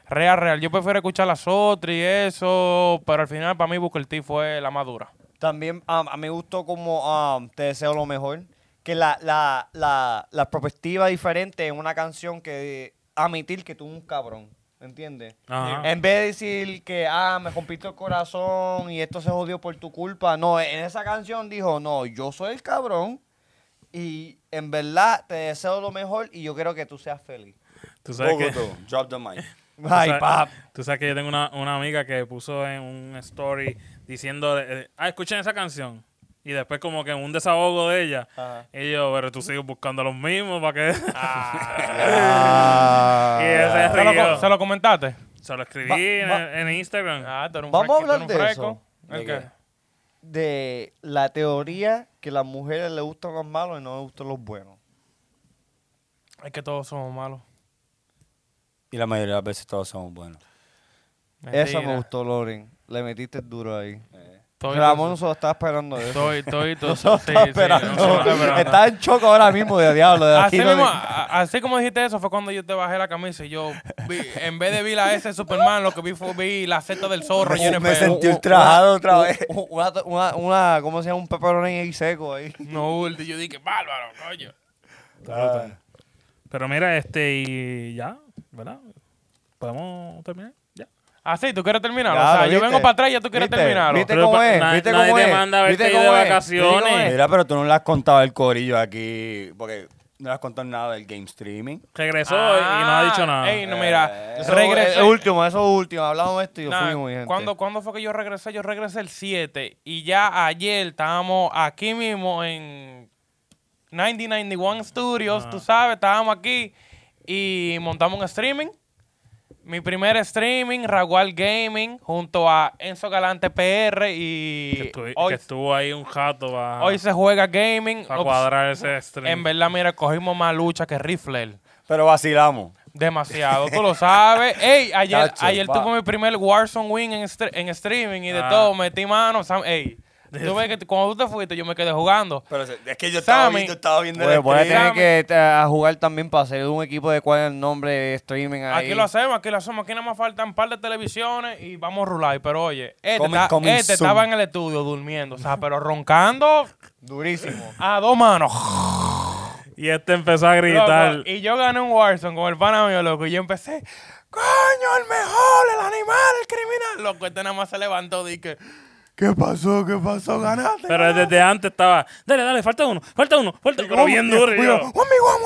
[SPEAKER 4] Real, real. Yo prefiero escuchar las otras y eso. Pero al final, para mí, Booker T fue la más dura.
[SPEAKER 3] También um, a mí me gustó como um, Te deseo lo mejor. Que la, la, la, la perspectiva diferente en una canción que admitir que tú eres un cabrón. ¿Entiendes?
[SPEAKER 1] Ajá.
[SPEAKER 3] En vez de decir que, ah, me rompiste el corazón y esto se jodió por tu culpa. No, en esa canción dijo, no, yo soy el cabrón y en verdad te deseo lo mejor y yo quiero que tú seas feliz.
[SPEAKER 1] Tú sabes que...
[SPEAKER 2] Bogotá, drop the mic.
[SPEAKER 3] Ay,
[SPEAKER 1] tú sabes-
[SPEAKER 3] pap.
[SPEAKER 1] Tú sabes que yo tengo una, una amiga que puso en un story diciendo, eh, ah, escuchen esa canción. Y después como que un desahogo de ella.
[SPEAKER 3] Ajá.
[SPEAKER 1] Y yo, pero tú sigues buscando a los mismos para que... y
[SPEAKER 3] Ah.
[SPEAKER 1] ella se
[SPEAKER 4] ¿Se lo, co-
[SPEAKER 1] rió.
[SPEAKER 4] se lo comentaste?
[SPEAKER 1] Se lo escribí
[SPEAKER 3] Va-
[SPEAKER 1] en,
[SPEAKER 3] va-
[SPEAKER 1] en Instagram.
[SPEAKER 4] Ah, tú eres un
[SPEAKER 3] Vamos
[SPEAKER 4] fresco, tú
[SPEAKER 3] a hablar
[SPEAKER 4] eres un
[SPEAKER 3] de
[SPEAKER 4] fresco.
[SPEAKER 2] eso.
[SPEAKER 4] ¿El
[SPEAKER 2] ¿De
[SPEAKER 4] qué?
[SPEAKER 3] De la teoría que las mujeres les gustan los malos y no les gustan los buenos.
[SPEAKER 4] Es que todos somos malos.
[SPEAKER 2] Y la mayoría de las veces todos somos buenos.
[SPEAKER 3] Esa
[SPEAKER 4] Mentira.
[SPEAKER 5] Eh.
[SPEAKER 3] me gustó, Loren. Le metiste duro ahí.
[SPEAKER 4] Estoy,
[SPEAKER 5] Ramón solo está esperando eso.
[SPEAKER 4] Estoy, estoy, estoy. sí,
[SPEAKER 5] Está
[SPEAKER 4] sí, no,
[SPEAKER 5] esperando.
[SPEAKER 4] no, no, no.
[SPEAKER 5] Está en choque ahora mismo de diablo. De
[SPEAKER 4] Así,
[SPEAKER 5] aquí no-
[SPEAKER 4] mismo, a- así como dijiste eso, fue cuando yo te bajé la camisa y yo, vi- en vez de vi la S de Superman, lo que vi fue vi la Z del zorro. lleno de
[SPEAKER 2] Me
[SPEAKER 4] pelo.
[SPEAKER 2] sentí ultrajado otra vez.
[SPEAKER 5] Una, una, una- ¿cómo se llama? Un pepperoni ahí seco ahí.
[SPEAKER 4] No, ulti, yo dije, bárbaro, coño.
[SPEAKER 1] Pero mira, este y ya, ¿verdad? ¿Podemos terminar? Ya.
[SPEAKER 4] Así, Ah, ¿tú quieres terminar?
[SPEAKER 5] Ya,
[SPEAKER 4] o sea,
[SPEAKER 5] lo
[SPEAKER 4] yo
[SPEAKER 5] viste.
[SPEAKER 4] vengo para atrás y ya tú quieres
[SPEAKER 5] Viste,
[SPEAKER 4] terminarlo.
[SPEAKER 5] viste.
[SPEAKER 1] Pero
[SPEAKER 5] cómo
[SPEAKER 1] pa-
[SPEAKER 5] es,
[SPEAKER 1] na-
[SPEAKER 5] viste
[SPEAKER 1] nadie
[SPEAKER 5] cómo
[SPEAKER 1] te
[SPEAKER 5] es,
[SPEAKER 1] manda a
[SPEAKER 5] viste
[SPEAKER 1] verte ahí
[SPEAKER 5] cómo
[SPEAKER 1] de
[SPEAKER 5] es,
[SPEAKER 1] vacaciones.
[SPEAKER 2] Mira, pero tú no le has contado el corillo aquí, porque no le has contado nada del game streaming.
[SPEAKER 1] Regresó y no
[SPEAKER 4] Ah,
[SPEAKER 1] ha dicho nada.
[SPEAKER 4] Ey, no, mira,
[SPEAKER 5] Eso
[SPEAKER 4] regresé.
[SPEAKER 5] es último, eso es último. Hablamos de esto y yo
[SPEAKER 4] Nah,
[SPEAKER 5] fui muy gente.
[SPEAKER 4] ¿cuándo, cuándo fue que yo regresé? Yo regresé el 7 y ya ayer estábamos aquí mismo en 9091 Studios, tú sabes, estábamos aquí y montamos un streaming. Mi primer streaming, Ragual Gaming, junto a Enzo Galante PR
[SPEAKER 1] que,
[SPEAKER 4] y
[SPEAKER 1] estuvi- que
[SPEAKER 4] hoy,
[SPEAKER 1] estuvo ahí un jato para,
[SPEAKER 4] hoy se juega gaming. Ops,
[SPEAKER 1] cuadrar ese stream.
[SPEAKER 4] En verdad, mira, cogimos más lucha que Rifler.
[SPEAKER 2] Pero vacilamos.
[SPEAKER 4] Demasiado, tú lo sabes. Ey, ayer,
[SPEAKER 2] Chacho,
[SPEAKER 4] ayer
[SPEAKER 2] va.
[SPEAKER 4] tuve mi primer Warzone win en, str- en streaming y de
[SPEAKER 1] Ah.
[SPEAKER 4] todo, metí mano. Sam, ey, tú ves que t- cuando tú te fuiste, yo me quedé jugando.
[SPEAKER 2] Pero se- es que yo
[SPEAKER 4] Sammy.
[SPEAKER 2] viendo- estaba viendo
[SPEAKER 5] Pues voy a
[SPEAKER 2] stream.
[SPEAKER 5] tener que eh, a jugar también para hacer un equipo de cuál es el nombre de streaming ahí.
[SPEAKER 4] Aquí lo hacemos, aquí lo hacemos. Aquí nada más faltan un par de televisiones y vamos a rular. Pero oye, este,
[SPEAKER 2] Coming-
[SPEAKER 4] ta-
[SPEAKER 2] coming
[SPEAKER 4] este
[SPEAKER 2] soon.
[SPEAKER 4] estaba en el estudio durmiendo, o sea, pero roncando
[SPEAKER 5] Durísimo.
[SPEAKER 4] a dos manos.
[SPEAKER 1] Y este empezó a
[SPEAKER 4] Loco,
[SPEAKER 1] gritar.
[SPEAKER 4] y yo gané un Warzone con el pana mío, loco. Y yo empecé, coño, el mejor, el animal, el criminal. Loco, este nada más se levantó y dije, ¿qué pasó? ¿Qué pasó? Ganaste.
[SPEAKER 1] pero desde antes estaba, dale, dale, falta uno, falta uno, falta uno. Pero bien duro. y yo,
[SPEAKER 4] One me one, one me one,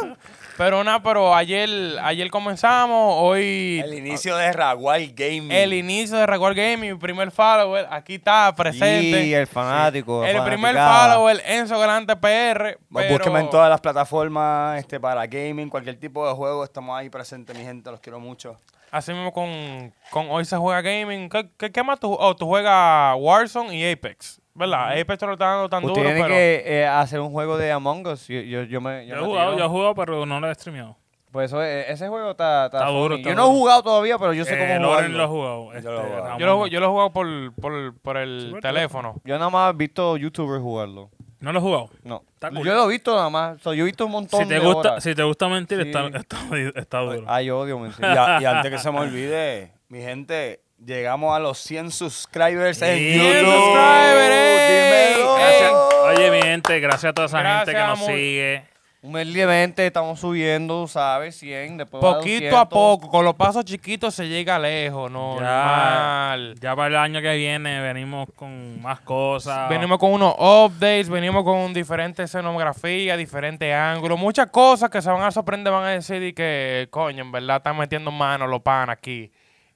[SPEAKER 4] one me one. Pero nada, pero ayer, ayer comenzamos, hoy
[SPEAKER 2] El inicio de Ragual Gaming.
[SPEAKER 4] el inicio de Record Gaming, mi primer follower, aquí está presente.
[SPEAKER 5] Y el fanático.
[SPEAKER 4] el
[SPEAKER 5] la
[SPEAKER 4] primer
[SPEAKER 5] fanaticada.
[SPEAKER 4] follower, Enzo Galante PR.
[SPEAKER 2] Pues
[SPEAKER 4] pero-
[SPEAKER 2] Búsquenme en todas las plataformas este, para gaming, cualquier tipo de juego. Estamos ahí presentes, mi gente. Los quiero mucho.
[SPEAKER 4] Así mismo con, con hoy se juega gaming. ¿Qué, qué, qué más tú, oh, tú juegas Warzone y Apex? ¿Verdad? Apex te lo está dando tan
[SPEAKER 5] Usted
[SPEAKER 4] duro,
[SPEAKER 5] tiene
[SPEAKER 4] pero...
[SPEAKER 5] que eh, hacer un juego de Among Us. Yo, yo, yo me, yo
[SPEAKER 1] Yo he
[SPEAKER 5] me
[SPEAKER 1] jugado,
[SPEAKER 5] tiro.
[SPEAKER 1] yo he jugado, pero no lo he streameado.
[SPEAKER 5] Pues eso, eh, ese juego está, está,
[SPEAKER 1] Está
[SPEAKER 5] funny.
[SPEAKER 1] duro, está
[SPEAKER 5] yo no he
[SPEAKER 1] duro.
[SPEAKER 5] jugado todavía, pero yo sé
[SPEAKER 1] Eh,
[SPEAKER 5] cómo
[SPEAKER 1] Loren lo ha
[SPEAKER 5] jugarlo.
[SPEAKER 1] jugado. este,
[SPEAKER 2] lo he jugado.
[SPEAKER 1] Ramón.
[SPEAKER 4] Yo lo, yo lo he jugado por, por, por el
[SPEAKER 1] por
[SPEAKER 4] teléfono.
[SPEAKER 5] Yo nada más he visto youtubers jugarlo.
[SPEAKER 1] No lo he jugado.
[SPEAKER 5] No.
[SPEAKER 1] Está cool.
[SPEAKER 5] Yo lo he visto nada más. So, yo he visto un montón
[SPEAKER 1] Si te,
[SPEAKER 5] de
[SPEAKER 1] gusta,
[SPEAKER 5] horas.
[SPEAKER 1] si te gusta mentir,
[SPEAKER 5] Sí.
[SPEAKER 1] está, está- está duro.
[SPEAKER 5] Ay, odio mentir.
[SPEAKER 2] Y, a- y antes que se me olvide, mi gente, llegamos a los 100 subscribers en
[SPEAKER 1] 100
[SPEAKER 2] YouTube.
[SPEAKER 4] subscribers, ey,
[SPEAKER 2] Dímelo.
[SPEAKER 1] Gracias. Oye, mi gente, gracias a toda esa gente que
[SPEAKER 4] Gracias,
[SPEAKER 1] nos
[SPEAKER 4] amor.
[SPEAKER 1] sigue.
[SPEAKER 5] Humildemente estamos subiendo, ¿sabes? 100, después va
[SPEAKER 4] Poquito a
[SPEAKER 5] 200.
[SPEAKER 4] poco, con los pasos chiquitos se llega lejos, no,
[SPEAKER 1] Ya,
[SPEAKER 4] normal.
[SPEAKER 1] ya para el año que viene venimos con más cosas.
[SPEAKER 4] Venimos con unos updates, venimos con diferentes escenografías, diferentes ángulos, muchas cosas que se van a sorprender, van a decir y que, coño, en verdad están metiendo mano los pan aquí.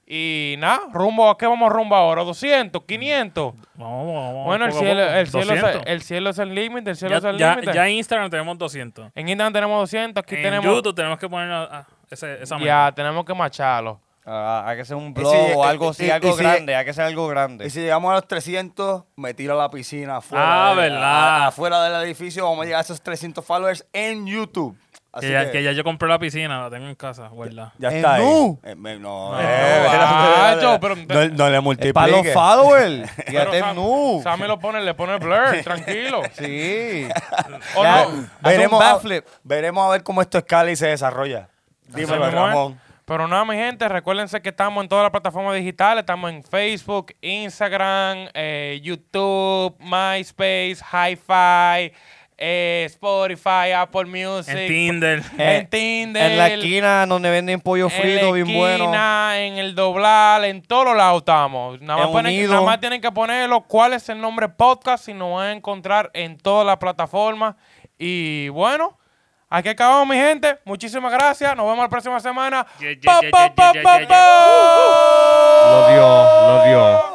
[SPEAKER 4] Y nada, rumbo, ¿a qué vamos rumbo ahora? ¿200? ¿500?
[SPEAKER 1] Vamos, vamos,
[SPEAKER 4] bueno, el
[SPEAKER 1] poco a
[SPEAKER 4] cielo,
[SPEAKER 1] poco.
[SPEAKER 4] el, cielo es,
[SPEAKER 1] 200.
[SPEAKER 4] el cielo es el límite, el cielo es
[SPEAKER 1] ya,
[SPEAKER 4] el
[SPEAKER 1] ya, ya
[SPEAKER 4] límite.
[SPEAKER 1] en Instagram tenemos 200.
[SPEAKER 4] En Instagram tenemos 200, aquí
[SPEAKER 1] en
[SPEAKER 4] tenemos...
[SPEAKER 1] YouTube tenemos que poner ah, ese- esa meta.
[SPEAKER 4] Ya, tenemos que macharlo.
[SPEAKER 5] Ah, hay que hacer un
[SPEAKER 2] si-
[SPEAKER 5] blog o algo
[SPEAKER 2] y-
[SPEAKER 5] así,
[SPEAKER 2] y- y
[SPEAKER 5] algo
[SPEAKER 2] si-
[SPEAKER 5] grande. hay que hacer algo grande.
[SPEAKER 2] Y si llegamos a los 300, me tiro a la piscina afuera,
[SPEAKER 1] Ah,
[SPEAKER 2] de-
[SPEAKER 1] verdad.
[SPEAKER 2] a- afuera del edificio. Vamos a llegar a esos 300 followers en YouTube. Así
[SPEAKER 1] que, ya, que ya yo compré la piscina, la tengo en casa, guarda.
[SPEAKER 2] ya
[SPEAKER 5] En
[SPEAKER 2] está ahí.
[SPEAKER 5] nu.
[SPEAKER 2] Eh, me- no,
[SPEAKER 1] No,
[SPEAKER 2] eh, espera, espera, espera.
[SPEAKER 4] macho, Ah, pero-
[SPEAKER 2] no, no le
[SPEAKER 5] Es para los
[SPEAKER 2] multiplique.
[SPEAKER 5] followers. y
[SPEAKER 4] Pero
[SPEAKER 5] a este Ted
[SPEAKER 4] Sam-
[SPEAKER 5] Nu.
[SPEAKER 4] Sammy lo pone, le pone blur, tranquilo.
[SPEAKER 5] Sí.
[SPEAKER 4] O
[SPEAKER 5] Ya,
[SPEAKER 4] no.
[SPEAKER 2] Veremos
[SPEAKER 5] Haz
[SPEAKER 2] a,
[SPEAKER 5] un backflip.
[SPEAKER 2] veremos a ver cómo esto escala y se desarrolla. Dímelo,
[SPEAKER 4] Así mismo es.
[SPEAKER 2] Ramón.
[SPEAKER 4] Pero nada, mi gente, recuérdense que estamos en todas las plataformas digitales. Estamos en Facebook, Instagram, eh, YouTube, MySpace, Hi-Fi, eh, Spotify, Apple Music.
[SPEAKER 1] En Tinder.
[SPEAKER 4] en
[SPEAKER 5] Eh,
[SPEAKER 4] Tinder.
[SPEAKER 5] En la esquina donde venden pollo
[SPEAKER 4] en la
[SPEAKER 5] frito bien bueno.
[SPEAKER 4] esquina, en el doblar, en todos los lados estamos. Nada más,
[SPEAKER 5] En
[SPEAKER 4] ponen-
[SPEAKER 5] Unido.
[SPEAKER 4] nada más tienen que ponerlo cuál es el nombre podcast y nos van a encontrar en todas las plataformas. Y bueno, aquí acabamos, mi gente. Muchísimas gracias. Nos vemos la próxima semana.
[SPEAKER 1] Yeah, yeah,
[SPEAKER 4] Pa,
[SPEAKER 1] yeah,
[SPEAKER 4] pa,
[SPEAKER 1] yeah,
[SPEAKER 4] pa,
[SPEAKER 1] yeah,
[SPEAKER 4] pa,
[SPEAKER 1] yeah,
[SPEAKER 4] pa.
[SPEAKER 5] Lo dio, lo dio.